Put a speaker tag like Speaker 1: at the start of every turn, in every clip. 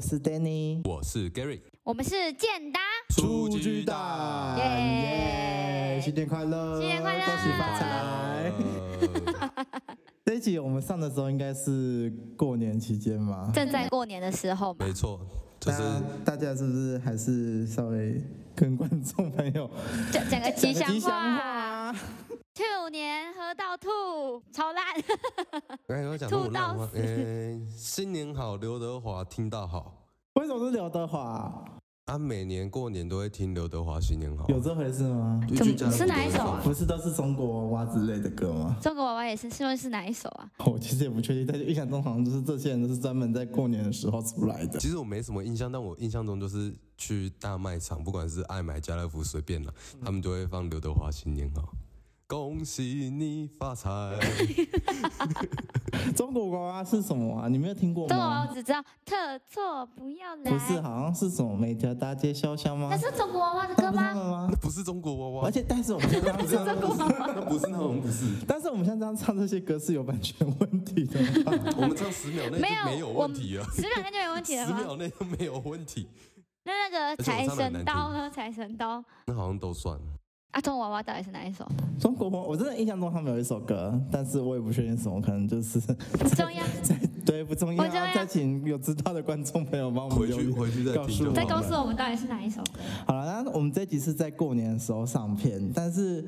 Speaker 1: 是 Danny，
Speaker 2: 我是 Gary，
Speaker 3: 我们是健达，
Speaker 2: 出
Speaker 1: 巨蛋，
Speaker 3: 耶
Speaker 1: 耶！新年快乐，
Speaker 3: 新年快乐
Speaker 1: 恭喜 发财！
Speaker 2: 呃
Speaker 1: 这一集我们上的时候应该是过年期间嘛，
Speaker 3: 正在过年的时候嘛，
Speaker 2: 没错，就是
Speaker 1: 大家大家是不是还是稍微跟观众朋友
Speaker 3: 讲讲个吉
Speaker 1: 讲个
Speaker 3: 祥
Speaker 1: 吉祥
Speaker 3: 话，
Speaker 1: 话？
Speaker 3: 兔年喝到吐，超烂，
Speaker 2: 哎，我讲那么浪漫
Speaker 3: 吐到死
Speaker 2: 哎，新年好，刘德华听到好
Speaker 1: 为什么是刘德华？
Speaker 2: 啊，每年过年都会听刘德华新年好，
Speaker 1: 有这回事吗？
Speaker 3: 怎么是哪一首啊？
Speaker 1: 不是都是中国娃之类的歌吗？
Speaker 3: 中国娃娃也是，是是哪一首啊？
Speaker 1: 我其实也不确定，但是印象中好像就是这些人都是专门在过年的时候出来的。
Speaker 2: 其实我没什么印象，但我印象中就是去大卖场，不管是爱买家乐福随便啦，他们都会放刘德华新年好，恭喜你发财。
Speaker 1: 中国娃娃是什么啊？你没有听
Speaker 2: 哦
Speaker 1: 过
Speaker 3: 中国娃
Speaker 1: 吗
Speaker 3: 娃？只知道特错不要来，
Speaker 1: 不是，好像是什么每条大街小巷吗
Speaker 3: 那？是中国娃娃的
Speaker 1: 那
Speaker 3: 歌
Speaker 1: 不是他
Speaker 3: 吗
Speaker 1: 们？吗？
Speaker 2: 不是中国娃
Speaker 1: 而
Speaker 2: 娃，
Speaker 1: 且，但是我们现在这样唱，
Speaker 2: 那不是那种，不是。
Speaker 1: 但是我们现在这样唱这些歌是有版权问题的。
Speaker 2: 我们唱十秒内就
Speaker 3: 没有
Speaker 2: 没有问题了，
Speaker 3: 十秒那就没问题
Speaker 2: 啊十
Speaker 3: 了吗？
Speaker 2: 秒内就没有问题，
Speaker 3: 那那个
Speaker 2: 而且我
Speaker 3: 财
Speaker 2: 唱得
Speaker 3: 神
Speaker 2: 很难
Speaker 3: 刀
Speaker 2: 听
Speaker 3: 呢？财神刀
Speaker 2: 那好像都算。
Speaker 3: 啊，中国娃娃到底是哪 一首？
Speaker 1: 中国娃，我真的印象中他们有一首歌，但是我也不确定什么，可能就是
Speaker 3: 不重要，
Speaker 1: 对不重要
Speaker 3: 不重要
Speaker 1: 啊。再请有知道的观众朋友帮我们
Speaker 2: 回
Speaker 1: 留
Speaker 2: 去
Speaker 1: 言。
Speaker 2: 回去再
Speaker 1: 告
Speaker 2: 听
Speaker 1: 诉
Speaker 2: 就
Speaker 1: 我
Speaker 3: 再
Speaker 2: 好
Speaker 3: 告
Speaker 2: 了。
Speaker 3: 诉我们到底是哪一首歌？
Speaker 1: 好了，那我们这集是在过年的时候上片，但是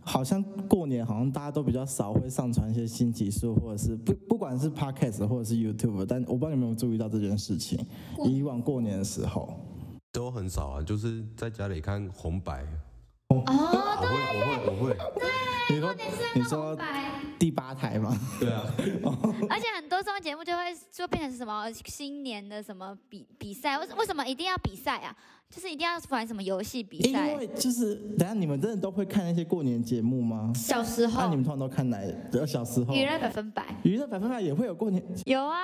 Speaker 1: 好像过年好像大家都比较少会上传一些新集数，或者是不不管是 podcast 或者是 YouTube，但我不知道你们有没有注意到这件事情。以往过年的时候，
Speaker 2: 都很少啊，就是在家里看红白。
Speaker 3: 哦，
Speaker 2: 我会，我会，我会。
Speaker 1: 你说你
Speaker 3: 红
Speaker 1: 说
Speaker 3: 白。
Speaker 1: 第八台吗？
Speaker 2: 对啊，
Speaker 3: 而且很多综艺节目就会就变成什么新年的什么比比赛，为什为什么一定要比赛啊？就是一定要玩什么游戏比
Speaker 1: 因
Speaker 3: 赛？
Speaker 1: 为就是等一下你们真的都会看那些过年节目吗？
Speaker 3: 小时
Speaker 1: 那、你
Speaker 3: 候
Speaker 1: 们通常都看哪一？呃，小时候
Speaker 3: 哦娱乐百分百
Speaker 1: 娱乐百分百也会有过年，
Speaker 3: 有啊，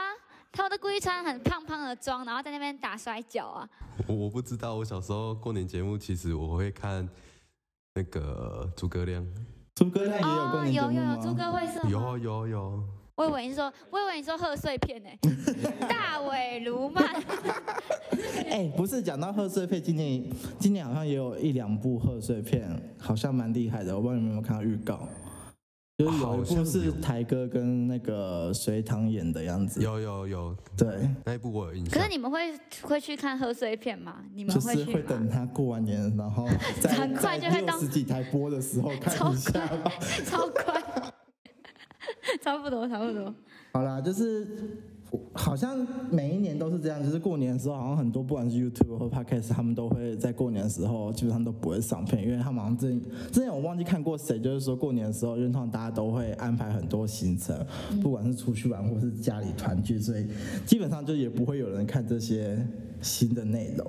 Speaker 3: 他们都故意穿很胖胖的妆，然后在那边打摔跤啊。
Speaker 2: 我我不知道，我小时候过年节目，其实我会看那个诸葛亮，
Speaker 1: 朱哥亮也有过
Speaker 3: 哦，
Speaker 1: 年节
Speaker 3: 有
Speaker 1: 目
Speaker 3: 有
Speaker 1: 吗？
Speaker 3: 有，朱哥会是
Speaker 2: 有
Speaker 3: 吗？
Speaker 2: 啊有啊有啊。
Speaker 3: 我以为你说，我以为你说贺岁片 呢、大尾卢曼，
Speaker 1: 哎、不是讲到贺岁片，今年今年好像也有一两部贺岁片，好像蛮厉害的。我不知道你们有没有看到预告，就是有一部是台哥跟那个隋唐演的样子。
Speaker 2: 有啊有有，
Speaker 1: 对，
Speaker 2: 那一部我有印
Speaker 3: 可是
Speaker 2: 象。
Speaker 3: 你们会会去看贺岁片吗？你们
Speaker 1: 就是
Speaker 3: 去
Speaker 1: 会
Speaker 3: 吗？
Speaker 1: 等他过完年，然后 在
Speaker 3: 很快就会
Speaker 1: 在
Speaker 3: 到
Speaker 1: 六十几台播的时候看一下吧。
Speaker 3: 超快， 差不多差不多。
Speaker 1: 好啦，就是好像每一年都是这样，就是过年的时候，好像很多不管是 YouTube 或 Podcast，他们都会在过年的时候基本上都不会上片，因为他们好像之前之前我忘记看过谁，就是说过年的时候，因为通常大家都会安排很多行程，不管是出去玩或是家里团聚，所以基本上就也不会有人看这些新的内容。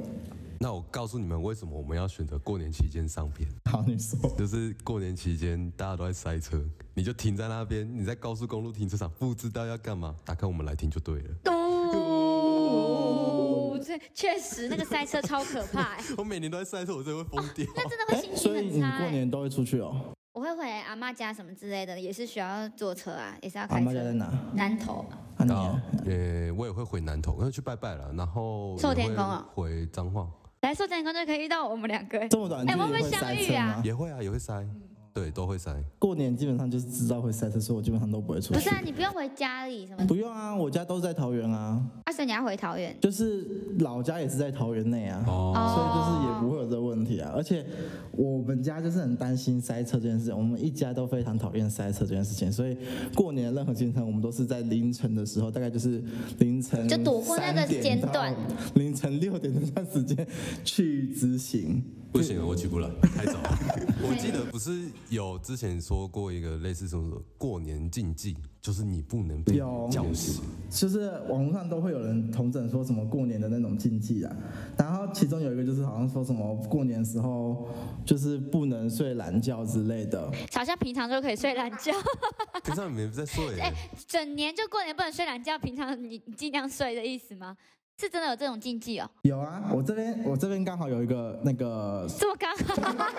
Speaker 2: 那我告诉你们，为什么我们要选择过年期间上片？
Speaker 1: 好，你说。
Speaker 2: 就是过年期间大家都在塞车，你就停在那边，你在高速公路停车场，不知道要干嘛，打开我们来听就对了。
Speaker 3: 嘟，这确实那个塞车超可 怕、欸，
Speaker 2: 我每年都在塞车，我真的会疯掉。
Speaker 3: 那真的
Speaker 1: 哎
Speaker 3: 会，心情
Speaker 1: 所以
Speaker 3: 很
Speaker 1: 你
Speaker 3: 差、
Speaker 1: 过
Speaker 3: 欸。
Speaker 1: 年都会出去哦？
Speaker 3: 我会回阿妈家什么之类的，也是需要坐车啊，也是要
Speaker 1: 阿
Speaker 3: 开
Speaker 1: 妈家在
Speaker 3: 车。
Speaker 1: 哪？啊
Speaker 3: 南投，
Speaker 1: 你
Speaker 2: 然后
Speaker 1: 呢？
Speaker 2: 呃，我也会回南投，我要去拜拜了，然后也
Speaker 3: 寿天宫
Speaker 2: 会
Speaker 3: 啊
Speaker 2: 回彰化，
Speaker 3: 来寿天宫就可以遇到我们两个、欸。
Speaker 1: 这么短距
Speaker 3: 哎
Speaker 1: 离
Speaker 3: 我们
Speaker 1: 会
Speaker 3: 会相
Speaker 1: 塞
Speaker 3: 遇
Speaker 1: 车
Speaker 3: 啊
Speaker 1: 吗？
Speaker 2: 也会啊，也会塞，对，都会塞。
Speaker 1: 过年基本上就是知道会塞车，所以我基本上都不会出去。
Speaker 3: 不是啊，你不用回家里什么的，
Speaker 1: 不用啊，我家都在桃园啊，
Speaker 3: 啊，所以你要回桃园。
Speaker 1: 就是老家也是在桃园内啊，
Speaker 2: 哦，
Speaker 1: 所以就是也不会有这个问题啊。而且我们家就是很担心塞车这件事情，我们一家都非常讨厌塞车这件事情，所以过年的任何行程我们都是在凌晨的时候，大概就是凌晨
Speaker 3: 就躲过那个时间段
Speaker 1: 3点到凌晨六点的那段时间去执行。
Speaker 2: 不行，我起不 来，太早了。我记得不是有之前说过一个类似什么过年禁忌，就是你不能被
Speaker 1: 有
Speaker 2: 叫醒。
Speaker 1: 就是网络上都会有人同整说什么过年的那种禁忌啊，然后其中有一个就是好像说什么过年的时候就是不能睡懒觉之类的，
Speaker 3: 好像平常就可以睡懒 觉，
Speaker 2: 平常你们在 睡、
Speaker 3: 哎整年就过年不能睡懒觉，平常你你尽量睡的意思吗？是真的有这种禁忌哦，
Speaker 1: 有啊，我这边我这边刚好有一个那个，
Speaker 3: 这么刚好，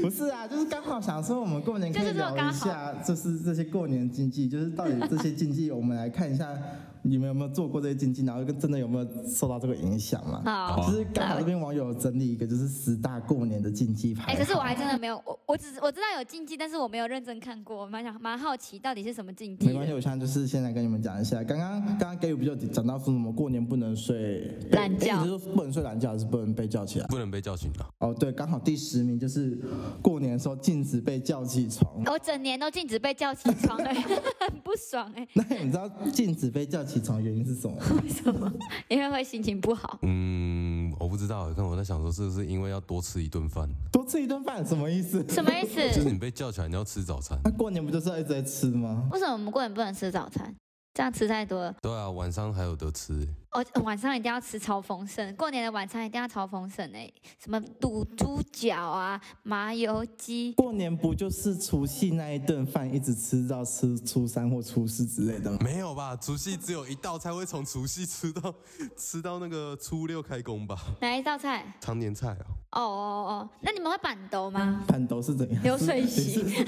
Speaker 1: 不是啊，就是刚好想说我们过年可以聊一下，就是这些过年禁忌，就是到底这些禁忌，我们来看一下你们有没有做过这些禁忌，然后跟真的有没有受到这个影响嘛？
Speaker 3: 好
Speaker 2: 好，啊
Speaker 1: 就是刚好这边网友整理一个，就是十大过年的禁忌牌。
Speaker 3: 哎、可是我还真的没有，我我只是我知道有禁忌，但是我没有认真看过，蛮想蛮好奇到底是什么禁忌
Speaker 1: 没关系，
Speaker 3: 的。
Speaker 1: 我现在就是先来跟你们讲一下，刚刚刚刚 Gary 不就讲到说什么过年不能睡
Speaker 3: 懒觉
Speaker 1: 哎你是说不能睡懒觉，还是不能被叫起来？
Speaker 2: 不能被叫醒啊了。
Speaker 1: 哦，对，刚好第十名就是过年的时候禁止被叫起床。
Speaker 3: 我整年都禁止被叫起床、哎， 很不爽哎、
Speaker 1: 那你知道禁止被叫起床的原因是什么吗？
Speaker 3: 为什么？因为会心情不好。
Speaker 2: 嗯，我不知道，但我在想说，是不是因为要多吃一顿饭？
Speaker 1: 多吃一顿饭什么意思？
Speaker 3: 什么意思？
Speaker 2: 就是你被叫起来，你要吃早餐。
Speaker 1: 那过年不就是要一直在吃吗？
Speaker 3: 为什么我们过年不能吃早餐？这样吃太多了。
Speaker 2: 对啊，晚上还有得吃欸。
Speaker 3: 哦，晚上一定要吃超丰盛，过年的晚餐一定要超丰盛哎、什么卤猪脚啊、麻油鸡，
Speaker 1: 过年不就是除夕那一顿饭一直吃到吃初三或初四之类的吗？
Speaker 2: 没有吧？除夕只有一道菜会从除夕吃到吃到那个初六开工吧？
Speaker 3: 哪一道菜？
Speaker 2: 常年菜哦。
Speaker 3: 哦哦哦，那你们会板豆吗？
Speaker 1: 盘都是怎样？
Speaker 3: 流水席
Speaker 1: 你是。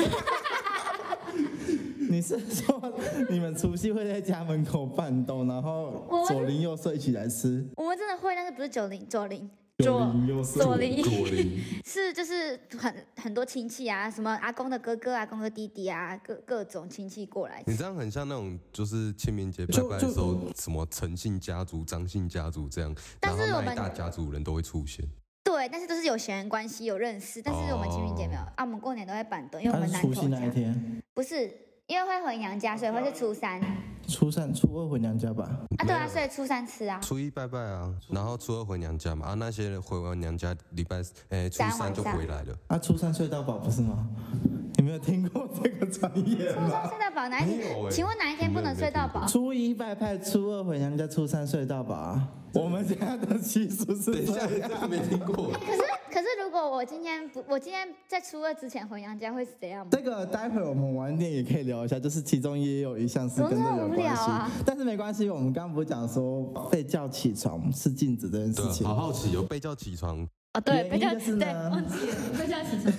Speaker 1: 你是 说你们除夕会在家门口拌豆，然后
Speaker 3: 我
Speaker 1: 左邻右舍一起来吃？
Speaker 3: 我们真的会，但是不是九零左邻
Speaker 1: 左邻右舍
Speaker 3: 左邻
Speaker 2: 林，
Speaker 3: 是就是很很多亲戚啊，什么阿公的哥哥、阿公的弟弟啊，各各种亲戚过来。
Speaker 2: 你这样很像那种，就是清明节拜
Speaker 1: 就
Speaker 2: 拜的
Speaker 1: 就
Speaker 2: 时候，什么陈姓家族、张姓家族这样，
Speaker 3: 但
Speaker 2: 然后
Speaker 3: 是我
Speaker 2: 那
Speaker 3: 们
Speaker 2: 一大家族人都会出现。
Speaker 3: 对，但是都是有血缘关系、有认识，但是我们清明节
Speaker 2: 哦
Speaker 3: 没有、啊，我们过年都会板凳，因为我
Speaker 1: 他
Speaker 3: 们
Speaker 1: 是
Speaker 3: 南
Speaker 1: 除夕
Speaker 3: 口
Speaker 1: 那
Speaker 3: 家
Speaker 1: 一天，
Speaker 3: 不是。因为会回娘家，所以会是初三啊，
Speaker 1: 初三、初二回娘家吧。
Speaker 3: 对啊，
Speaker 2: 没有
Speaker 3: 所以初三吃啊。
Speaker 2: 初一拜拜啊，然后初二回娘家嘛，啊那些人回完娘家，礼拜诶、初
Speaker 3: 三
Speaker 2: 三
Speaker 3: 晚
Speaker 2: 就
Speaker 3: 上
Speaker 2: 回来 了。
Speaker 1: 啊，初三睡到饱不是吗？你没有听过这个专业
Speaker 3: 初三
Speaker 1: 吗？
Speaker 3: 睡到饱哪一
Speaker 2: 没有
Speaker 3: 天？
Speaker 2: 欸
Speaker 3: 请问哪一天不能睡到饱？
Speaker 1: 初一拜拜，初二回娘家，初三睡到饱啊。我们家的习俗是
Speaker 2: 等一
Speaker 1: 这
Speaker 2: 下，
Speaker 1: 样。
Speaker 2: 你这个没听过。
Speaker 3: 可是可是如果我今天不，我今天在初二之前回娘家会是怎样吗？
Speaker 1: 这个待会我们晚点也可以聊一下，就是其中也有一项是跟这个
Speaker 3: 怎
Speaker 1: 有
Speaker 3: 么这么无
Speaker 1: 关
Speaker 3: 聊
Speaker 1: 系，
Speaker 3: 啊
Speaker 1: 但是没关系，我们刚刚不是讲说被叫起床是禁止这件事
Speaker 2: 对，
Speaker 3: 啊
Speaker 1: 情
Speaker 2: 好，好奇哦，被叫起床，
Speaker 3: 哦，
Speaker 1: 对原因被叫就是呢对忘
Speaker 3: 记了，被叫起床。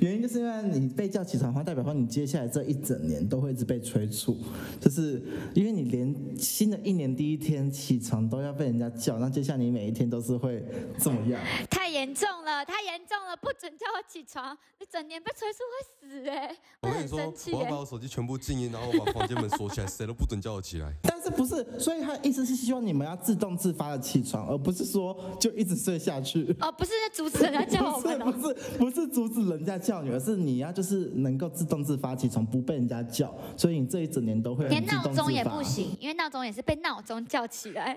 Speaker 1: 原因就是因为你被叫起床的话，代表说你接下来这一整年都会一直被催促，就是因为你连新的一年第一天起床都要被人家叫，那接下来你每一天都是会这么样。
Speaker 3: 太严重了，太严重了！不准叫我起床，你整年被催促会死哎、欸，
Speaker 2: 我
Speaker 3: 会
Speaker 2: 跟
Speaker 3: 很
Speaker 2: 你说
Speaker 3: 生气，
Speaker 2: 我
Speaker 3: 哎、
Speaker 2: 要把我手机全部静音，然后我把房间门锁起来，谁都不准叫我起来。
Speaker 1: 但是不是？所以他的意思是希望你们要自动自发的起床，而不是说就一直睡下去。
Speaker 3: 哦，不是在阻止人家叫我
Speaker 1: 不是
Speaker 3: 们哦，
Speaker 1: 不是不是阻止人家叫你，而是你要就是能够自动自发起床，不被人家叫，所以你这一整年都会很
Speaker 3: 连
Speaker 1: 自动
Speaker 3: 闹
Speaker 1: 自发。
Speaker 3: 钟也不，行，因为闹钟也是被闹钟叫起 来。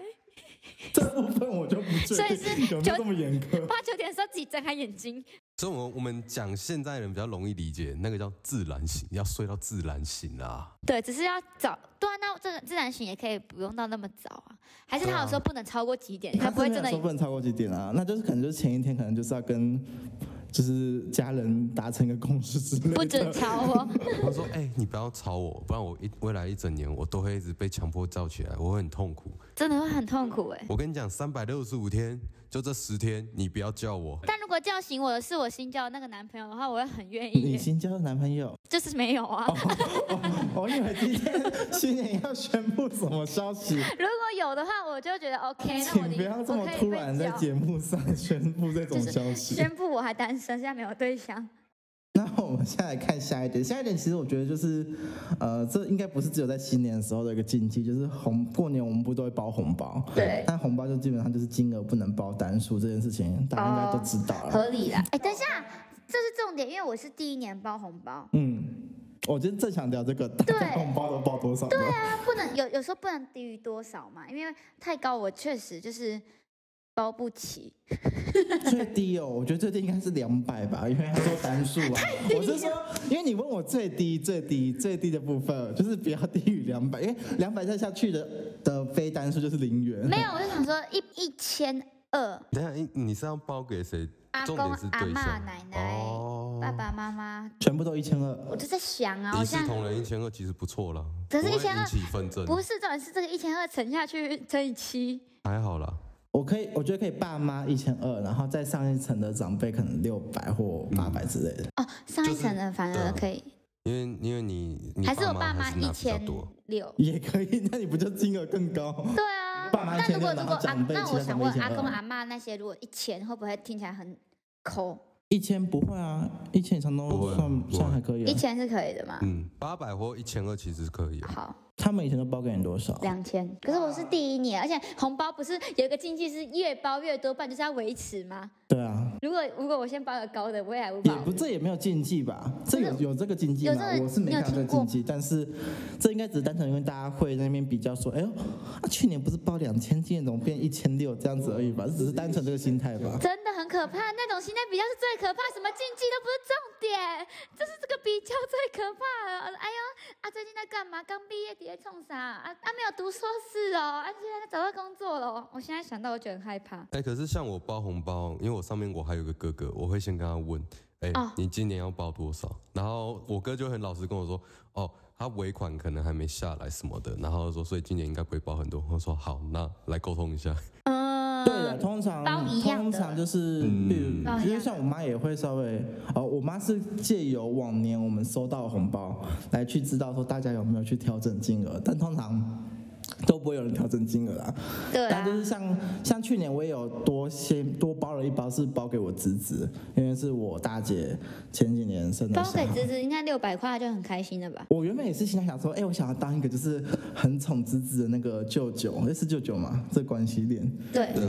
Speaker 1: 这部分我 就不
Speaker 3: 所以
Speaker 1: 确定
Speaker 3: 是
Speaker 1: 有没
Speaker 3: 九
Speaker 1: 有这么严苛。
Speaker 3: 八九点的时候自己睁开眼睛，
Speaker 2: 所以，我我们讲现在人比较容易理解，那个叫自然醒，要睡到自然醒啊啦。
Speaker 3: 对，只是要早。对啊，那这个自然醒也可以不用到那么早啊。还是
Speaker 2: 对
Speaker 3: 他
Speaker 2: 啊
Speaker 3: 有说不能超过几点， 他不会
Speaker 1: 是没
Speaker 3: 真的
Speaker 1: 有说啊不能超过几点啊？那就是可能就是前一天可能就是要跟就是家人达成一个共识之类的。
Speaker 3: 不准哦吵我。
Speaker 2: 我说：“哎、你不要吵我，不然我一未来一整年我都会一直被强迫叫起来，我会很痛苦。
Speaker 3: 真的会很痛苦哎、
Speaker 2: 我跟你讲，三百六十五天，就这十天，你不要叫我。
Speaker 3: 但如果叫醒我的是我新交的那个男朋友的话，我会很愿意
Speaker 1: 你哦
Speaker 3: 耶、
Speaker 1: 新交的男朋友，
Speaker 3: 就是没有啊。
Speaker 1: 我哦以为今天新年要宣布什么消息，
Speaker 3: 如果有的话，我就觉得 OK。那我
Speaker 1: 请
Speaker 3: 离
Speaker 1: 不要这么
Speaker 3: 我可以
Speaker 1: 突
Speaker 3: 被
Speaker 1: 然在
Speaker 3: 叫
Speaker 1: 节目上宣布这种
Speaker 3: 就是
Speaker 1: 消息。
Speaker 3: 宣布我还单身，现在没有对象。
Speaker 1: 那我们先来看下一点，下一点其实我觉得就是，呃，这应该不是只有在新年的时候的一个禁忌，就是红过年我们不都会包红包？
Speaker 3: 对
Speaker 1: 但红包就基本上就是金额不能包单数这件事情，大家应该都知道了。
Speaker 3: 理啦。哎，等一下，这是重点，因为我是第一年包红包，
Speaker 1: 嗯，我今天正想聊这个，大家
Speaker 3: 对
Speaker 1: 红包都包多少？对啊，
Speaker 3: 它不能有有时候不能低于多少嘛，因为太高我确实就是包不起。
Speaker 1: 最低哦，我觉得最低应该是两百吧，因为他说单数啊。我是说，因为你问我最低、最低、最低的部分，就是不要低于两百，因为两百再下去的的非单数就是零元。
Speaker 3: 没有，我就想说一一千二，
Speaker 2: 等一下，你你是要包给谁？
Speaker 3: 阿
Speaker 2: 重
Speaker 3: 公、
Speaker 2: 点是
Speaker 3: 阿
Speaker 2: 对
Speaker 3: 嬷、
Speaker 2: 象
Speaker 3: 奶奶、
Speaker 2: 哦
Speaker 3: 爸爸妈妈，
Speaker 1: 全部都一千二。
Speaker 3: 我就在想啊，
Speaker 2: 一
Speaker 3: 我
Speaker 2: 视
Speaker 3: 现在。
Speaker 2: 同仁一千二其实不错啦，
Speaker 3: 可是
Speaker 2: 不会
Speaker 3: 1200
Speaker 2: 引起纷争，
Speaker 3: 不是，重点是这个一千二乘下去乘以七，
Speaker 2: 还好啦。
Speaker 1: 我可以，我觉得可以，爸妈一千二，然后再上一层的长辈可能六百或八百之类的。
Speaker 3: 哦，上一层的反
Speaker 2: 对
Speaker 3: 而
Speaker 2: 啊
Speaker 3: 可以，
Speaker 2: 因为因为你你
Speaker 3: 还是我爸
Speaker 2: 妈
Speaker 3: 妈
Speaker 2: 还是
Speaker 3: 一
Speaker 2: 拿比较
Speaker 3: 千
Speaker 2: 多，
Speaker 3: 六。
Speaker 1: 也可以，那你不就金额更高？
Speaker 3: 对啊，
Speaker 1: 爸妈
Speaker 3: 那如果
Speaker 1: 1600
Speaker 3: 如果
Speaker 1: 然后
Speaker 3: 啊
Speaker 1: 长，辈
Speaker 3: 那
Speaker 1: 其
Speaker 3: 我
Speaker 1: 他
Speaker 3: 想
Speaker 1: 长辈
Speaker 3: 问
Speaker 1: 1200
Speaker 3: 阿公阿妈那些，如果一千会不会听起来很抠？
Speaker 1: 一千不会啊，一千以上都
Speaker 2: 不会啊
Speaker 1: 算
Speaker 2: 不会
Speaker 1: 算还可以、
Speaker 3: 一
Speaker 1: 啊。
Speaker 3: 千是可以的嘛？
Speaker 2: 嗯，八百或一千二其实可以、啊。
Speaker 3: 好，
Speaker 1: 他们以前都包给你多少？
Speaker 3: 两千。可是我是第一年，而且红包不是有一个禁忌是越包越多，不然就是要维持吗？
Speaker 1: 对啊，
Speaker 3: 如果如果我先包个高的，我也来无
Speaker 1: 也
Speaker 3: 法
Speaker 1: 不这也没有禁忌吧？这有有这个禁忌
Speaker 3: 有
Speaker 1: 吗
Speaker 3: 这个？
Speaker 1: 我是没
Speaker 3: 你有
Speaker 1: 看到这个
Speaker 3: 听过
Speaker 1: 禁忌，但是这应该只是单纯因为大家会在那边比较说，哎呦，啊去年不是包两千，今年怎么变一千六这样子而已吧？只是单纯这个心态吧。
Speaker 3: 真的很可怕，那种心态比较是最可怕，什么竞技都不是重点，就是这个比较最可怕了。哎呦，啊，最近在干嘛？刚毕业，底下冲啥？啊啊，没有读硕士哦，啊，现在找到工作了哦。我现在想到，我觉得很害怕。
Speaker 2: 哎、可是像我包红包，因为我上面我还有个哥哥，我会先跟他问，哎、
Speaker 3: 哦
Speaker 2: 你今年要包多少？然后我哥就很老实跟我说，哦，他尾款可能还没下来什么的，然后说，所以今年应该不会包很多。我说好，那来沟通一下。
Speaker 3: 嗯，
Speaker 1: 对的，通常
Speaker 3: 包一样
Speaker 1: 通
Speaker 3: 的
Speaker 1: 常就是，
Speaker 2: 嗯
Speaker 1: 比如
Speaker 3: 包一样的
Speaker 1: 因为像我妈也会稍微，哦，我妈是借由往年我们收到的红包来去知道说大家有没有去调整金额，但通常都不会有人调整金额啦。
Speaker 3: 对
Speaker 1: 但
Speaker 3: 啊
Speaker 1: 就，是像像去年我也有多先多包了一包，是包给我侄子，因为是我大姐前几年生的
Speaker 3: 包
Speaker 1: 小
Speaker 3: 给
Speaker 1: 孩。
Speaker 3: 侄子应该六百块就很开心了吧？
Speaker 1: 我原本也是心里想说，哎、我想要当一个就是很宠侄子的那个舅舅，诶是舅舅嘛，这关系链。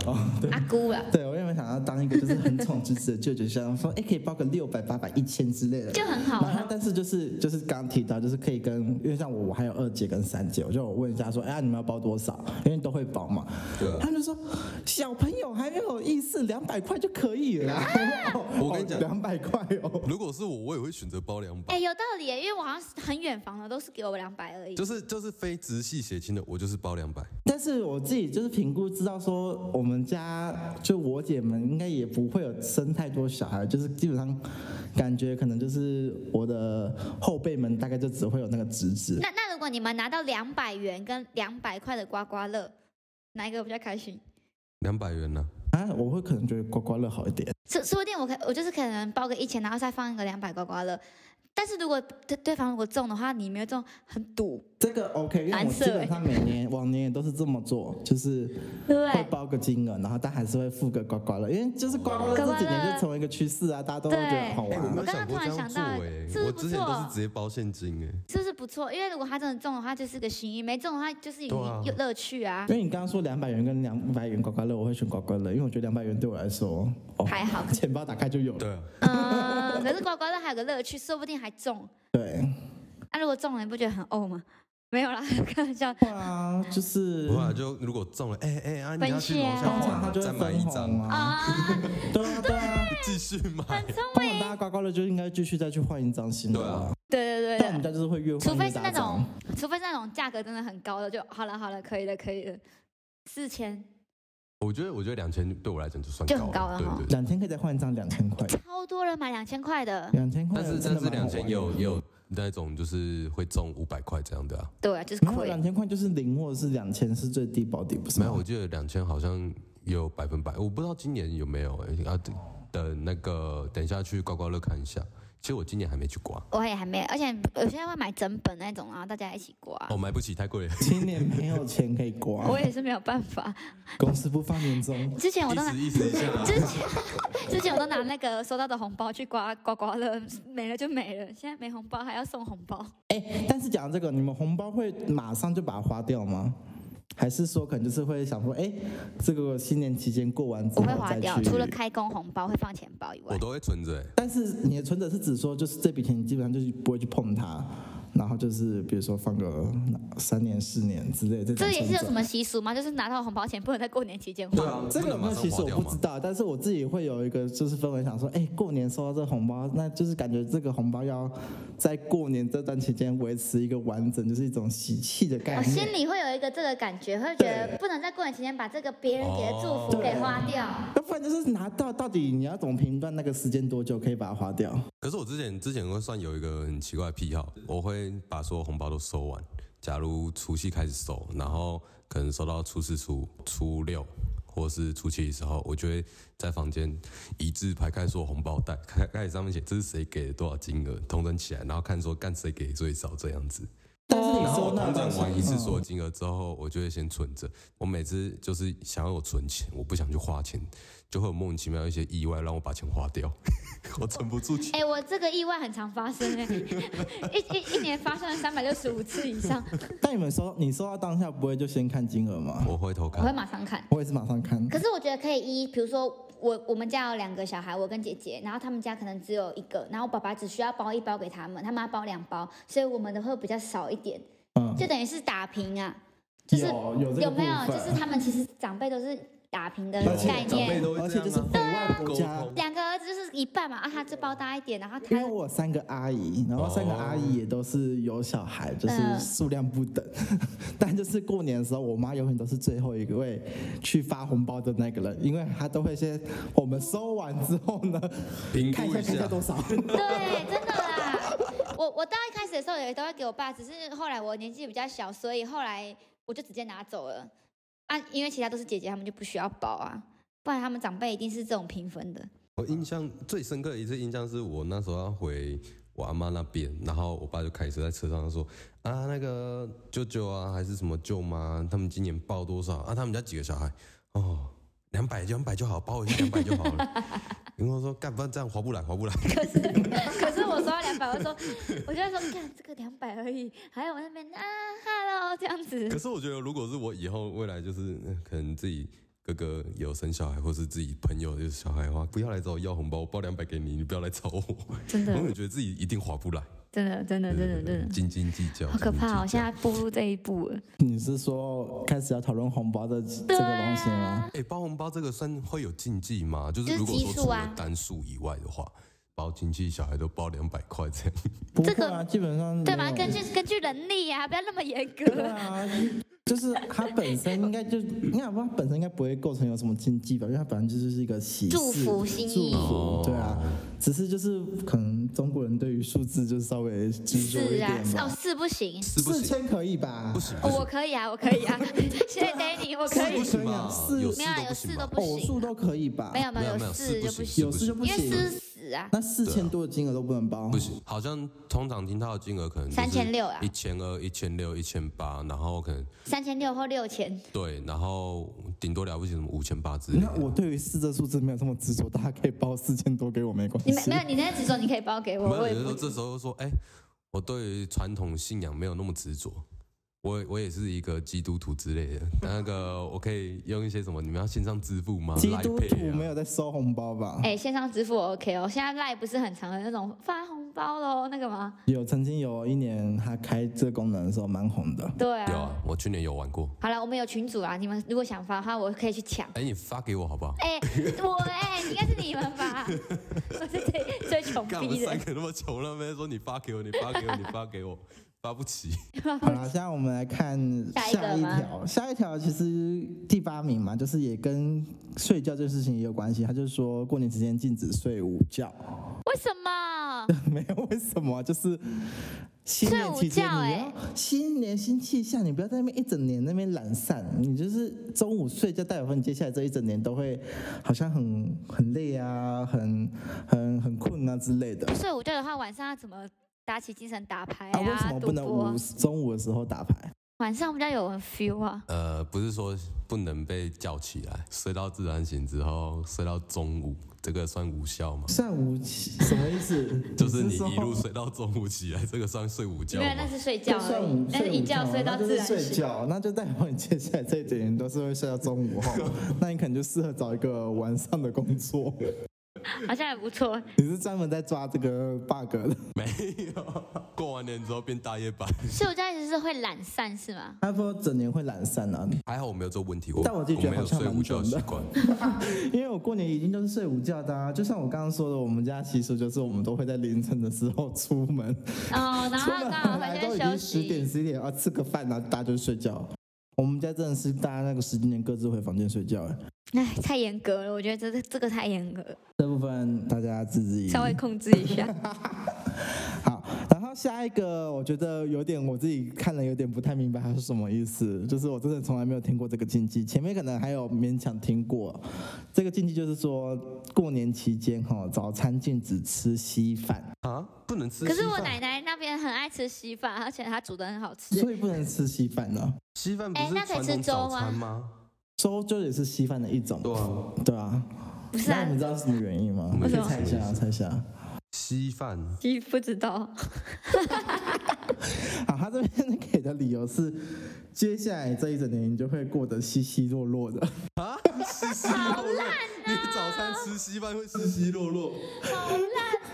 Speaker 1: 哦
Speaker 3: 对，阿姑啦，
Speaker 1: 对，我原本想要当一个就是很宠侄子的舅舅，想说，哎、可以包个六百、八百、一千之类的。
Speaker 3: 就很好
Speaker 1: 然后
Speaker 3: 啊，。
Speaker 1: 但是就是就是刚刚提到，就是可以跟，因为像我，我还有二姐跟三姐，我就有问一下说，哎、呀，你们要包多少？因为都会包嘛。
Speaker 2: 对啊
Speaker 1: 他们就说小朋友还没有意识，两百块就可以了。
Speaker 2: 我跟你讲
Speaker 1: 两百块哦。
Speaker 2: 如果是我，我也会选择包两百、
Speaker 3: 哎，有道理耶，因为我好像是很远房的都是给我两百而已。
Speaker 2: 就是就是非直系血亲的，我就是包两百。
Speaker 1: 但是我自己就是评估知道说，我们家就我姐们应该也不会有生太多小孩，就是基本上感觉可能就是我的后辈们大概就只会有那个侄子。
Speaker 3: 那那如果你们拿到两百元跟两百块的刮刮乐，哪一个比较开心？
Speaker 2: 两百元呢、
Speaker 1: 啊，我会可能觉得刮刮乐好一点。
Speaker 3: 说说不定我可我就是可能包个一千，然后再放一个两百刮刮乐。但是如果对对方如果中的话，你没有中很赌，
Speaker 1: 这个 OK，因为我
Speaker 3: 蓝色
Speaker 1: 基本上每年往年也都是这么做，就是
Speaker 3: 对不
Speaker 1: 会
Speaker 3: 对？
Speaker 1: 包个金额，然后但还是会付个刮刮乐，因为就是刮刮乐这几
Speaker 3: 刮刮
Speaker 1: 年
Speaker 3: 乐
Speaker 1: 就成为一个趋势啊，大家都会觉得好
Speaker 2: 哎、
Speaker 1: 玩
Speaker 2: 我没。
Speaker 3: 我
Speaker 2: 有
Speaker 3: 刚刚
Speaker 2: 想
Speaker 3: 突
Speaker 2: 过
Speaker 3: 然
Speaker 2: 这样
Speaker 3: 想
Speaker 2: 做
Speaker 3: 到
Speaker 2: 哎、
Speaker 3: 是不是
Speaker 2: 我
Speaker 3: 不
Speaker 2: 之前都
Speaker 3: 错
Speaker 2: 是直接包现金哎、
Speaker 3: 是不是不错？因为如果他真的中的话，就是个心意；没中的话，就是有
Speaker 2: 对啊
Speaker 3: 有乐趣啊，
Speaker 1: 因为你刚刚说两百元跟两百元刮刮乐，我会选刮刮乐，因为我觉得两百元对我来说，哦，
Speaker 3: 还好。
Speaker 1: 钱包打开就有了。
Speaker 2: 对啊，
Speaker 3: 嗯，可是刮刮乐还有个乐趣，说不定还中。
Speaker 1: 对，
Speaker 3: 那、如果中了，你不觉得很呕吗？没有啦，开玩笑。
Speaker 1: 对啊，就是
Speaker 2: 不。然就如果中了，哎、哎、啊，你要去
Speaker 3: 分
Speaker 2: 楼
Speaker 3: 享
Speaker 1: 通常
Speaker 2: 下
Speaker 1: 它就
Speaker 2: 站
Speaker 1: 会
Speaker 2: 再买一
Speaker 1: 分红
Speaker 2: 张，
Speaker 1: 啊，
Speaker 3: 啊，
Speaker 1: 对啊对啊，
Speaker 3: 哦
Speaker 2: 继续买。
Speaker 1: 通常大家刮刮乐就应该继续再去换一张新的
Speaker 2: 对
Speaker 1: 啊
Speaker 2: 啊。
Speaker 3: 对对对
Speaker 1: 但我们
Speaker 3: 对，
Speaker 1: 家就是会越
Speaker 3: 除
Speaker 1: 换
Speaker 3: 非
Speaker 1: 越
Speaker 3: 是
Speaker 1: 大
Speaker 3: 那种
Speaker 1: 张。，
Speaker 3: 除非是那种价格真的很高的，就好了好了，可以的可以的，四千
Speaker 2: 我觉得，我觉得两千对我来讲就算
Speaker 3: 就很
Speaker 2: 高
Speaker 3: 高了
Speaker 2: 对
Speaker 3: 哈
Speaker 2: 对对。
Speaker 1: 两千可以再换一张两千块，
Speaker 3: 超多人买两千块的，
Speaker 1: 两千块
Speaker 2: 但是
Speaker 1: 真
Speaker 2: 但
Speaker 1: 的
Speaker 2: 是
Speaker 1: 蛮好
Speaker 2: 两
Speaker 1: 玩
Speaker 2: 千
Speaker 1: 的
Speaker 2: 也有也有那种就是会中五百块这样的啊。
Speaker 3: 对啊，就是
Speaker 1: 没有
Speaker 3: 亏。
Speaker 1: 两千块就是零或者是两千是最低保底，不是
Speaker 2: 没
Speaker 1: 吗？
Speaker 2: 有，我记得两千好像也有百分百，我不知道今年有没有哎、啊，等等那个等一下去刮刮乐看一下。其实我今年还没去刮，
Speaker 3: 我也还没，而且我现在会买整本那种，然后啊大家一起刮。
Speaker 2: 哦，买不起，太贵了。
Speaker 1: 今年没有钱可以刮，
Speaker 3: 我也是没有办法，
Speaker 1: 公司不发年终。
Speaker 3: 之前我都
Speaker 2: 意
Speaker 3: 拿
Speaker 2: 思，意思 一下啊。
Speaker 3: 之前之前我都拿那个收到的红包去刮刮刮乐，没了就没了。现在没红包还要送红 包，
Speaker 1: 哎，但是讲到这个，你们红包会马上就把它花掉吗？还是说可能就是会想说，哎，这个新年期间过完之
Speaker 3: 我
Speaker 1: 后
Speaker 3: 会划
Speaker 1: 再
Speaker 3: 掉，
Speaker 1: 去？
Speaker 3: 除了开工红包会放钱包以外
Speaker 2: 我，都会存着、欸，
Speaker 1: 但是你的存折是指说，就是这笔钱你基本上就是不会去碰它，然后就是比如说放个三年四年之类的这种
Speaker 3: 这也
Speaker 1: 存
Speaker 3: 是有什
Speaker 1: 折。
Speaker 3: 么习俗吗？就是拿到红包钱不能在过年期间花。
Speaker 2: 啊
Speaker 1: 这
Speaker 2: 不
Speaker 1: 个
Speaker 2: 能
Speaker 1: 呢
Speaker 2: 马，上
Speaker 1: 其
Speaker 2: 花
Speaker 1: 实我
Speaker 2: 掉
Speaker 1: 不
Speaker 2: 吗
Speaker 1: 知？道，但是我自己会有一个就是氛围，想说，哎，过年收到这个红包，那就是感觉这个红包要在过年这段期间维持一个完整，就是一种喜气的概
Speaker 3: 我
Speaker 1: 念
Speaker 3: 心。里会有一个这个感觉，会觉得不能在过年期间把这个别人给的祝福
Speaker 1: 哦
Speaker 3: 给花掉。
Speaker 1: 要不然就是拿到到底你要怎么评断那个时间多久可以把它花
Speaker 4: 哦
Speaker 1: 掉？
Speaker 2: 可是我之前之前会算有一个很奇怪的癖好，我会把所有红包都收完。假如除夕开始收，然后可能收到初四、初初六，或是初期的时候，我就会在房间一字排开所有红包袋，开开始上面写这是谁给的多少金额，统整起来，然后看说干谁给最少这样子。
Speaker 1: 但是你
Speaker 2: 然后
Speaker 1: 收
Speaker 2: 我
Speaker 1: 纳
Speaker 2: 统
Speaker 1: 到
Speaker 2: 整完一次所有
Speaker 1: 嗯
Speaker 2: 金额之后，我就会先存着。我每次就是想要我存钱，我不想去花钱，就会有莫名其妙一些意外让我把钱花掉， 我存不住钱。
Speaker 3: 哎、我这个意外很常发生 哎、一一一年发生了三百六十五次以上，
Speaker 1: 但你们收你收到当下不会就先看金额吗？
Speaker 2: 我回头
Speaker 3: 我会
Speaker 2: 看，
Speaker 3: 马上看。
Speaker 1: 我也是马上看。
Speaker 4: 可是我觉得可以依，比如说我我们家有两个小孩，我跟姐姐，然后他们家可能只有一个，然后爸爸只需要包一包给他们，他妈包两包，所以我们的会比较少一点，
Speaker 1: 嗯，
Speaker 4: 就等于是打平啊，就是
Speaker 1: 有有这个
Speaker 4: 有没有
Speaker 1: 部
Speaker 4: 就
Speaker 1: 分
Speaker 4: 是他们其实长辈都是打平的
Speaker 1: 有
Speaker 4: 概
Speaker 2: 长辈
Speaker 4: 念，
Speaker 2: 都会
Speaker 1: 而
Speaker 2: 这
Speaker 1: 且就是
Speaker 2: 样
Speaker 1: 国
Speaker 2: 啊。
Speaker 1: 外国家
Speaker 2: 沟，通
Speaker 4: 两个儿子就是一半嘛，啊他就包大一点，然后他
Speaker 1: 因为我有三个阿姨，然后三个阿姨也都是有小孩，就是
Speaker 4: 嗯
Speaker 1: 数量不等。 但就是过年的时候，我妈永远都是最后一位去发红包的那个人，因为她都会先我们收完之后呢，
Speaker 2: 评
Speaker 1: 看一
Speaker 2: 估
Speaker 1: 下
Speaker 2: 一
Speaker 1: 看一下
Speaker 2: 下，
Speaker 1: 多少。
Speaker 4: 对，真的啦。我我到一开始的时候也都会给我爸，只是后来我年纪比较小，所以后来我就直接拿走了。啊，因为其他都是姐姐，他们就不需要包啊，不然他们长辈一定是这种平分的。
Speaker 2: 我印象最深刻的一次印象是我那时候要回我阿妈那边，然后我爸就开车在车上说啊，那个舅舅啊，还是什么舅妈，他们今年报多少啊？他们家几个小孩？哦，两百两百就好，报一下两百就好了。然后我说干，不然这样划不来，划不来。
Speaker 4: 可是我收到两百，我就说，我就会说，看这个两百而已，还有我那边啊，hello 这样子
Speaker 2: 可。是我觉得，如果是我以后未来就是呃可能自己哥哥有生小孩，或是自己朋友有小孩的话，不要来找我要红包，我包两百给你，你不要来找我。
Speaker 3: 真
Speaker 2: 我
Speaker 3: 的，
Speaker 2: 永远觉得自己一定划不来，
Speaker 3: 真的，真的，真的，真的，
Speaker 2: 斤斤计较，
Speaker 3: 好可怕哦！
Speaker 2: 斤斤计较
Speaker 3: 现在步入这一步了，
Speaker 1: 你是说开始要讨论红包的这
Speaker 4: 啊
Speaker 1: 个东西吗？
Speaker 2: 哎、包红包这个算会有禁忌吗？就是
Speaker 4: 就是
Speaker 2: 如果
Speaker 4: 奇
Speaker 2: 说
Speaker 4: 数
Speaker 2: 除了
Speaker 4: 啊
Speaker 2: 单数以外的话，包亲戚小孩都包两百块这样。
Speaker 1: 不会
Speaker 3: 这
Speaker 1: 啊，
Speaker 3: 个
Speaker 1: 基本上
Speaker 3: 对吧？
Speaker 1: 没有
Speaker 3: 根据根据能力呀、不要那么严
Speaker 1: 对
Speaker 3: 格。
Speaker 1: 啊，就是它本身应该就，你看它本身应该不会构成有什么禁忌吧，因为它本身就是一个喜事
Speaker 4: 祝福心意
Speaker 1: 祝
Speaker 2: 哦
Speaker 1: 福对啊，只是就是可能中国人对于数字就是稍微执着一
Speaker 4: 是啊
Speaker 1: 点，
Speaker 4: 哦
Speaker 1: 吧。
Speaker 4: 是不行，
Speaker 2: 是不
Speaker 1: 四
Speaker 2: 行，
Speaker 1: 千可以吧？
Speaker 2: 不行，不
Speaker 4: 哦
Speaker 2: 行
Speaker 4: 我，可以啊，我可以啊， 谢谢 Danny，我可
Speaker 2: 是
Speaker 4: 以
Speaker 2: 不。行吧？
Speaker 1: 是
Speaker 2: 有
Speaker 4: 没
Speaker 2: 事
Speaker 4: 有啊
Speaker 2: 都
Speaker 4: 有
Speaker 2: 不行
Speaker 4: 事都
Speaker 2: 吧？
Speaker 4: 不
Speaker 1: 偶
Speaker 4: 行
Speaker 1: 数，都可以吧？
Speaker 4: 没有没
Speaker 2: 没有
Speaker 4: 有
Speaker 2: 没
Speaker 4: 有
Speaker 2: 有
Speaker 4: 事
Speaker 2: 是
Speaker 4: 就
Speaker 2: 不
Speaker 4: 不
Speaker 2: 行
Speaker 4: 行，
Speaker 1: 有事就不
Speaker 4: 因为
Speaker 1: 行。
Speaker 4: 是死啊。
Speaker 1: 那四千多的金额都不能包
Speaker 2: 不，行，好像通常听到的金额可能
Speaker 4: 3600啊
Speaker 2: 一千二、一千六、一千八，然后可能
Speaker 4: 三千六或六千，
Speaker 2: 对，然后顶多了不起什么五千八之类
Speaker 1: 那
Speaker 2: 的。
Speaker 1: 我对于四这数字没有这么执着，大家可以包四千多给我没关
Speaker 4: 你没
Speaker 1: 系
Speaker 4: 没。有？你那只说你可以包给我，
Speaker 2: 没有，
Speaker 4: 我
Speaker 2: 有
Speaker 4: 也
Speaker 2: 时
Speaker 4: 不
Speaker 2: 候。这时候说，哎、我对于传统信仰没有那么执着，我我也是一个基督徒之类的。那个 我可以用一些什么？你们要线上支付吗？
Speaker 1: 基督
Speaker 2: Line
Speaker 1: 徒
Speaker 2: Pay 啊
Speaker 1: 没有在收红包吧？
Speaker 4: 哎、线上支付我 OK 哦，现在赖不是很长的那种发红包喽，那个吗？
Speaker 1: 有曾经有一年他开这个功能的时候蛮红的，
Speaker 4: 对
Speaker 2: 有
Speaker 4: 啊。
Speaker 2: 啊，我去年有玩过。
Speaker 4: 好了，我们有群主啊，你们如果想发的话，我可以去抢。
Speaker 2: 哎、你发给我好不好？
Speaker 4: 哎、我哎、应该是你们吧？ 我是最最穷
Speaker 2: 干，我们
Speaker 4: 逼
Speaker 2: 三
Speaker 4: 的，
Speaker 2: 个那么穷了，没说你发给我，你发给我，你发 给我，发不起。
Speaker 1: 好啦，现在我们来看
Speaker 4: 下一个
Speaker 1: 下一
Speaker 4: 吗
Speaker 1: 条，下一条其实第八名嘛，就是也跟睡觉这个事情也有关系。他就是说过年期间禁止睡午觉，
Speaker 3: 为什么？
Speaker 1: 没有为什么，啊就是新年期间
Speaker 3: 睡午觉
Speaker 1: 你
Speaker 3: 欸
Speaker 1: 要新年新气象，你不要在那边一整年那边懒散，你就是中午睡觉，代表说你接下来这一整年都会好像很很累啊，很很很困啊之类的。
Speaker 3: 睡午觉的话，晚上要怎么打起精神打牌
Speaker 4: 哎
Speaker 1: 啊，为什么
Speaker 3: 赌
Speaker 1: 不能
Speaker 3: 博啊
Speaker 1: 午？中午的时候打牌？
Speaker 3: 晚上比较有人 feel 啊。
Speaker 2: 呃，不是说不能被叫起来，睡到自然醒之后，睡到中午，这个算无效吗？？
Speaker 1: 算午起什么意 思
Speaker 2: 就是你一
Speaker 1: 说
Speaker 2: 路睡到中午起来，这个算睡午觉
Speaker 4: 没有，
Speaker 2: 吗
Speaker 4: 那？是睡觉
Speaker 1: 就
Speaker 4: 而
Speaker 1: 算
Speaker 4: 已
Speaker 1: 午，
Speaker 4: 那是一觉睡到
Speaker 1: 那就
Speaker 4: 自
Speaker 1: 是
Speaker 4: 然
Speaker 1: 睡
Speaker 4: 醒。
Speaker 1: 觉，那就代表你接下来这一整年都是会睡到中午后， 那你可能就适合找一个晚上的工作。
Speaker 3: 好像也不错。
Speaker 1: 你是专门在抓这个 bug 的，
Speaker 2: 没有，过完年之后变大夜班。
Speaker 3: 睡午觉一直是会懒散是吗？
Speaker 1: 他说整年会懒散啊，
Speaker 2: 还好我没有这个问题，我
Speaker 1: 但我自己觉得
Speaker 2: 没有
Speaker 1: 好像
Speaker 2: 睡午觉的习
Speaker 1: 蛮
Speaker 2: 惯。
Speaker 1: 因为我过年一定都是睡午觉的啊。就像我刚刚说的，我们家习俗就是我们都会在凌晨的时候出门，
Speaker 3: 哦，然
Speaker 1: 出
Speaker 3: 后
Speaker 1: 门
Speaker 3: 刚
Speaker 1: 回
Speaker 3: 好
Speaker 1: 来
Speaker 3: 回去
Speaker 1: 都已
Speaker 3: 休
Speaker 1: 经十点
Speaker 3: 息。
Speaker 1: 十一点啊，吃个饭然后大家就睡觉。我们家真的是大家那个时间点各自回房间睡觉，哎
Speaker 4: 哎，太严格了，我觉得这这个太严格了，
Speaker 1: 这部分大家自己
Speaker 3: 稍微控制一下，
Speaker 1: 好，然后后下一个，我觉得有点我自己看了有点不太明白它是什么意思，就是我真的从来没有听过这个禁忌，前面可能还有勉强听过。这个禁忌就是说，过年期间哈、早餐禁止吃稀饭，
Speaker 2: 啊，不能吃稀
Speaker 3: 可
Speaker 2: 饭。
Speaker 3: 是我奶奶那边很爱吃稀饭，而且她煮的很好吃。
Speaker 1: 所以不能吃稀饭呢。
Speaker 2: 稀饭不
Speaker 3: 哎
Speaker 2: 是
Speaker 3: 那可以
Speaker 2: 传统
Speaker 3: 吃粥
Speaker 2: 早
Speaker 3: 吗
Speaker 2: 餐吗？
Speaker 1: 粥就也是稀饭的一种，
Speaker 2: 对啊，
Speaker 1: 对啊。
Speaker 3: 不是
Speaker 1: 那
Speaker 3: 啊
Speaker 1: 你，们知道是什么原因吗？可
Speaker 2: 为什
Speaker 1: 以
Speaker 2: 么
Speaker 1: 猜一下，猜一下。
Speaker 2: 稀饭
Speaker 3: 鸡不知道。
Speaker 1: 好，他这边给的理由是，接下来这一整年你就会过得稀稀落 落的。
Speaker 2: 啊，吃稀落落。
Speaker 3: 啊
Speaker 2: 你早餐吃稀饭会吃稀落落？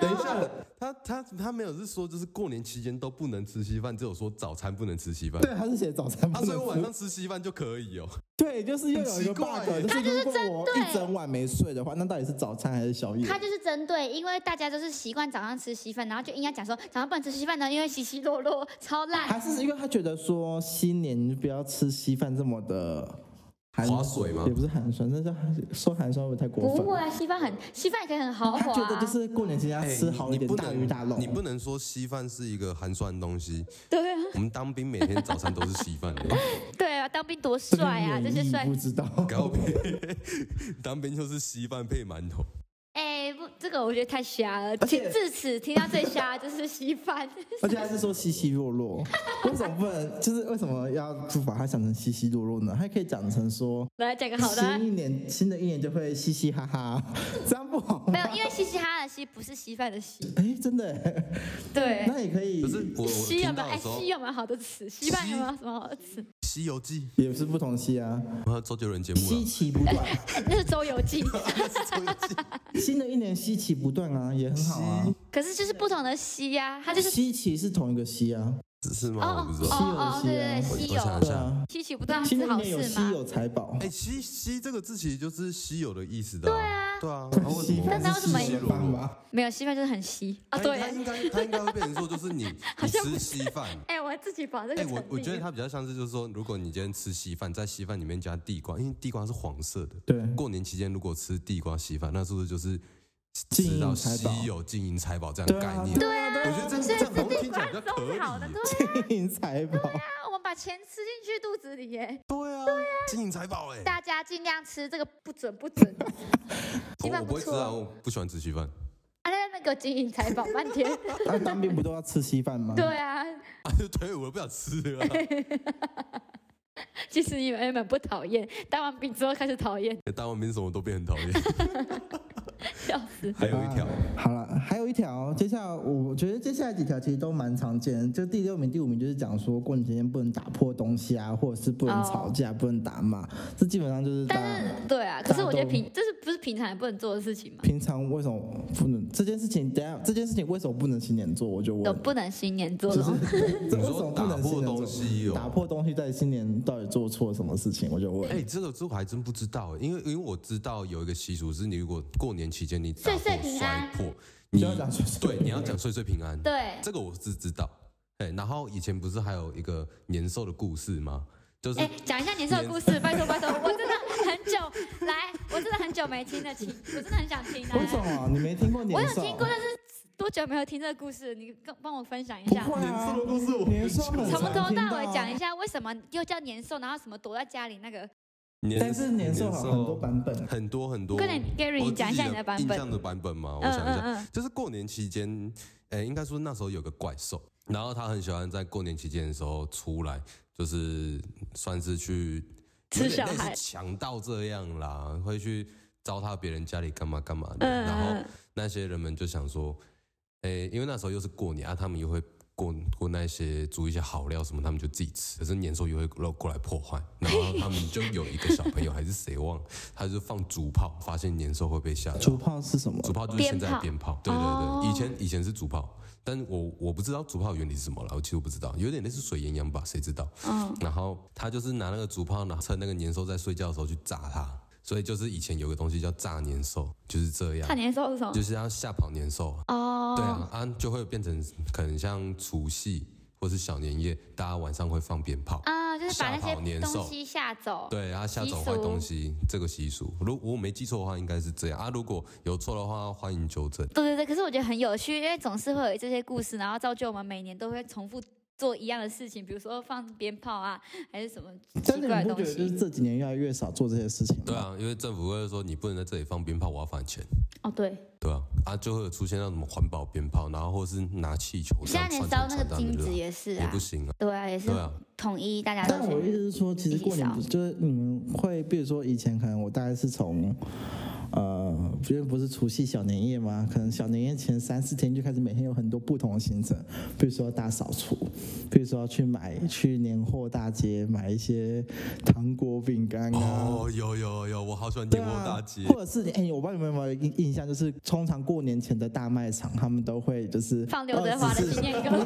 Speaker 2: 等一下，他他他没有是说就是过年期间都不能吃稀饭，只有说早餐不能吃稀饭。
Speaker 1: 对，他是写早餐
Speaker 2: 啊，
Speaker 1: 不
Speaker 2: 所以我晚
Speaker 1: 能
Speaker 2: 上
Speaker 1: 吃。
Speaker 2: 吃稀饭就可以哦。
Speaker 1: 对，就是又有一个
Speaker 2: 很奇怪
Speaker 1: bug，
Speaker 2: 耶
Speaker 1: 就是如果
Speaker 5: 针
Speaker 1: 我
Speaker 5: 对
Speaker 1: 一整晚没睡的话，那到底是早餐还是宵夜？
Speaker 3: 他就是针对，因为大家都是习惯早上吃稀饭，然后就应该讲说早上不能吃稀饭呢，因为稀稀落落，超烂。
Speaker 1: 还是因为他觉得说新年你不要吃稀饭这么的寒
Speaker 2: 划水吗
Speaker 1: 也不是寒酸，那叫说寒酸会不会太过
Speaker 3: 不
Speaker 1: 分？
Speaker 3: 会啊，稀饭很稀饭也可以很豪华、
Speaker 1: 他
Speaker 3: 啊。
Speaker 1: 觉得就是过年期间要吃好
Speaker 2: 哎你
Speaker 1: 一
Speaker 2: 你
Speaker 1: 点
Speaker 2: 不
Speaker 1: 大
Speaker 2: 能
Speaker 1: 鱼大肉，
Speaker 2: 你不能说稀饭是一个寒酸的东西。
Speaker 3: 对啊，
Speaker 2: 我们当兵每天早餐都是稀饭的，
Speaker 3: 对啊，当兵多
Speaker 1: 这个
Speaker 3: 帅啊，
Speaker 1: 演
Speaker 3: 这些
Speaker 1: 绎
Speaker 3: 帅
Speaker 1: 不。知道。
Speaker 2: 高配 当兵就是稀饭配馒头。
Speaker 3: 哎、不，这个我觉得太瞎了。
Speaker 1: 而且
Speaker 3: 听至此听到最瞎的就是稀饭，
Speaker 1: 而且他是说稀稀落落，为什么不能？就是为什么要就把它想成稀稀落落呢？还可以讲成说，
Speaker 3: 来讲个好的啊。
Speaker 1: 新一年新的一年就会嘻嘻哈哈， 这样不好吗
Speaker 3: 没？有，因为嘻嘻哈哈的嘻不是稀饭的稀，
Speaker 1: 哎，真的耶，
Speaker 3: 对。
Speaker 1: 那也可以，
Speaker 2: 可是我我
Speaker 3: 稀有
Speaker 2: 听
Speaker 3: 没有？
Speaker 2: 到
Speaker 3: 哎，
Speaker 2: 的时候，
Speaker 3: 稀
Speaker 2: 《
Speaker 3: 有没有好的词？稀饭有没有什么好的 词？
Speaker 2: 西游记
Speaker 1: 也是不同戏啊，》
Speaker 2: 啊，周杰伦节目了
Speaker 1: 稀，奇不断，
Speaker 3: 那是《周游记》，
Speaker 1: 新的一年稀奇不断啊，也很好啊。
Speaker 3: 可是就是不同的稀 呀、它就是
Speaker 1: 稀奇是同一个稀啊，
Speaker 2: 是是吗？我
Speaker 3: 哦
Speaker 2: 不知
Speaker 3: 哦
Speaker 2: 道。
Speaker 3: 哦，对对对，
Speaker 2: 我
Speaker 3: 稀
Speaker 2: 我想
Speaker 3: 有
Speaker 2: 一
Speaker 1: 对
Speaker 2: 下，
Speaker 1: 啊。
Speaker 3: 稀奇不断
Speaker 1: 新的
Speaker 3: 是
Speaker 1: 一
Speaker 3: 好
Speaker 1: 年有
Speaker 3: 事
Speaker 1: 稀
Speaker 3: 吗？
Speaker 1: 有财宝，
Speaker 2: 哎，稀稀这个字其实就是稀有的意思的啊。对啊，它为什
Speaker 1: 稀
Speaker 2: 么？
Speaker 1: 饭
Speaker 3: 那为什么
Speaker 1: 是稀有饭吧？
Speaker 3: 没有稀饭就是很稀啊，
Speaker 2: 它
Speaker 3: 对。
Speaker 2: 它应该它应该会变成说，就是 你你
Speaker 3: 像
Speaker 2: 吃稀饭。
Speaker 3: 哎、我自己把这个
Speaker 2: 哎、
Speaker 3: 成
Speaker 2: 我
Speaker 3: 立
Speaker 2: 我觉得它比较像是，就是说，如果你今天吃稀饭，在稀饭里面加地瓜，因为地瓜是黄色的。
Speaker 1: 对
Speaker 2: 过年期间如果吃地瓜稀饭，那是不是就是
Speaker 1: 金
Speaker 2: 吃到
Speaker 1: 银财宝
Speaker 2: 稀有金银财宝这样
Speaker 1: 对
Speaker 2: 的
Speaker 1: 啊
Speaker 2: 概念？
Speaker 1: 对
Speaker 2: 我觉得这这好像听起来比较合理
Speaker 3: 是好的
Speaker 2: 耶。
Speaker 1: 金银财 宝，
Speaker 3: 啊，我们把钱吃进去肚子里耶，
Speaker 2: 对啊，金银财宝哎。
Speaker 3: 大家尽量吃，这个不准不准。 稀
Speaker 2: 我
Speaker 3: 饭
Speaker 2: 我不
Speaker 3: 不
Speaker 2: 会吃
Speaker 3: 错
Speaker 2: 啊，
Speaker 3: 啊，
Speaker 2: 我不喜欢吃稀 饭。
Speaker 3: 那那个金银财宝半天，
Speaker 1: 那当兵不都要吃稀饭吗？
Speaker 3: 对啊，
Speaker 2: 啊，对，我不想吃 了啊。
Speaker 3: 其实你们原本不讨厌，当完兵之后开始讨厌，
Speaker 2: 当完兵什么都变很讨厌。
Speaker 3: 笑死。
Speaker 2: 还有一 条，
Speaker 1: 好了，还有一条，接下来我觉得接下来几条其实都蛮常见的，就第六名、第五名就是讲说过年期间不能打破东西啊，或者是不能吵架、不能打骂，这基本上就是大
Speaker 3: 但
Speaker 1: 家
Speaker 3: 是对啊，可是我觉得
Speaker 1: 大家都啊
Speaker 3: 平这是不是平常也不能做的事情嘛？
Speaker 1: 平常为什么不能这件事情？等一下这件事情为什么不能新年做？我就
Speaker 3: 都
Speaker 1: 问。
Speaker 3: 不能新年做
Speaker 1: 就
Speaker 3: 的
Speaker 1: 是
Speaker 3: 哦。
Speaker 1: 这为
Speaker 2: 你
Speaker 1: 什么
Speaker 2: 说
Speaker 1: 不
Speaker 2: 打
Speaker 1: 能新
Speaker 2: 破
Speaker 1: 年做
Speaker 2: 东？西哦。
Speaker 1: 打破东西在新年到底做错什么事情？我就问。
Speaker 2: 哎、这个这我还真不知道，因为因为我知道有一个习俗是，你如果过年期间你
Speaker 3: 岁
Speaker 2: 打破
Speaker 3: 岁平
Speaker 2: 摔
Speaker 3: 安
Speaker 2: 破，
Speaker 1: 你要讲岁岁
Speaker 2: 对，
Speaker 1: 平
Speaker 2: 你要讲岁岁平安，
Speaker 3: 对，
Speaker 2: 这个我是知道。哎、然后以前不是还有一个年兽的故事吗？就是、
Speaker 3: 哎，讲一下年兽的故事，拜托拜托，我真的很久来，我真的很久没听了，听，我真的很想听。来啊
Speaker 1: 为什么你没听过
Speaker 3: 我
Speaker 1: 年
Speaker 3: 有
Speaker 1: 兽？啊
Speaker 3: 听过，但是多久没有听这个故事？你跟帮我分享一
Speaker 1: 不
Speaker 3: 下。
Speaker 1: 会啊，
Speaker 2: 故事我
Speaker 1: 年兽很
Speaker 3: 从
Speaker 1: 常
Speaker 3: 头
Speaker 1: 听
Speaker 3: 到
Speaker 1: 啊
Speaker 3: 尾讲一下为什么又叫年兽，然后什么躲在家里那个。
Speaker 2: 年
Speaker 1: 但是年兽好像很多版本
Speaker 2: 很多很多。
Speaker 3: 跟你 Gary，
Speaker 2: 我
Speaker 3: 哦你讲一
Speaker 2: 自己
Speaker 3: 下你的版
Speaker 2: 印
Speaker 3: 本
Speaker 2: 象的版本嘛，我
Speaker 3: 嗯
Speaker 2: 想一下，
Speaker 3: 嗯嗯
Speaker 2: 就是过年期间，呃、应该说那时候有个怪兽，然后他很喜欢在过年期间的时候出来，就是算是去
Speaker 3: 吃
Speaker 2: 有
Speaker 3: 小
Speaker 2: 点类似
Speaker 3: 孩
Speaker 2: 强盗这样啦，会去糟蹋别人家里干嘛干嘛的。
Speaker 3: 嗯
Speaker 2: 然
Speaker 3: 嗯
Speaker 2: 后那些人们就想说，诶、因为那时候又是过年啊，他们又会。过过那些煮一些好料什么，他们就自己吃。可是年兽又会过过来破 坏，然后他们就有一个小朋友还是谁忘了，他就放竹炮，发现年兽会被吓到
Speaker 1: 竹。炮是什么？
Speaker 2: 竹炮就是现在的鞭
Speaker 3: 鞭
Speaker 2: 炮，对对对，
Speaker 3: 哦
Speaker 2: 以前以前是竹炮，但我我不知道竹炮的原理是什么了，我其实我不知道，有点类似水烟枪吧，谁知道？
Speaker 3: 嗯，
Speaker 2: 然后他就是拿那个竹炮，然后趁那个年兽在睡觉的时候去炸它，所以就是以前有个东西叫炸年兽，就是这
Speaker 3: 看
Speaker 2: 样，
Speaker 3: 年兽是什么
Speaker 2: 就？是要吓跑年兽啊。
Speaker 3: 哦，
Speaker 2: 对啊，啊就会变成可能像除夕或是小年夜，大家晚上会放鞭炮。
Speaker 3: 啊，就就是把那
Speaker 2: 吓跑
Speaker 3: 些
Speaker 2: 年兽
Speaker 3: 东西吓走。
Speaker 2: 对，他吓走坏东西，这个习俗，如我没记错的话，应该是这样啊。如果有错的话，欢迎纠正。
Speaker 3: 对对对，可是我觉得很有趣，因为总是会有这些故事，然后造就我们每年都会重复做一样的事情，比如说放鞭炮啊，还是什么
Speaker 1: 但
Speaker 3: 奇
Speaker 1: 是
Speaker 3: 怪
Speaker 1: 你
Speaker 3: 的
Speaker 1: 不
Speaker 3: 东
Speaker 1: 觉得就是
Speaker 3: 西。
Speaker 1: 这几年越来越少做这些事情吗？
Speaker 2: 对
Speaker 3: 嗯
Speaker 2: 啊，因为政府会说你不能在这里放鞭炮，我要罚你钱。
Speaker 3: 哦，对，
Speaker 2: 对啊，啊就会有出现那种什么环保鞭炮，然后或是拿气球这
Speaker 3: 现在
Speaker 2: 样
Speaker 3: 连
Speaker 2: 串
Speaker 3: 烧
Speaker 2: 串
Speaker 3: 那个
Speaker 2: 串
Speaker 3: 金
Speaker 2: 这
Speaker 3: 子
Speaker 2: 样
Speaker 3: 也是
Speaker 2: 也
Speaker 3: 啊
Speaker 2: 不，行啊。
Speaker 3: 对啊，也是
Speaker 2: 对啊，
Speaker 3: 统一大家
Speaker 1: 但
Speaker 3: 都
Speaker 1: 我意
Speaker 3: 是。
Speaker 1: 思是说，其实过年不是就是你们会，比如说以前可能我大概是从，呃，因为不是除夕小年夜嘛，可能小年夜前三四天就开始每天有很多不同的行程，比如说大扫除，比如说要去买去年货大街买一些糖果饼干啊。
Speaker 2: 哦，有有有，我好喜欢
Speaker 1: 对
Speaker 2: 年货
Speaker 1: 啊，
Speaker 2: 大街
Speaker 1: 或。者是哎、我不知道你们有没有印印象，就是通常过年前的大卖场，他们都会就是
Speaker 3: 放刘德华的
Speaker 1: 24
Speaker 3: 纪念歌，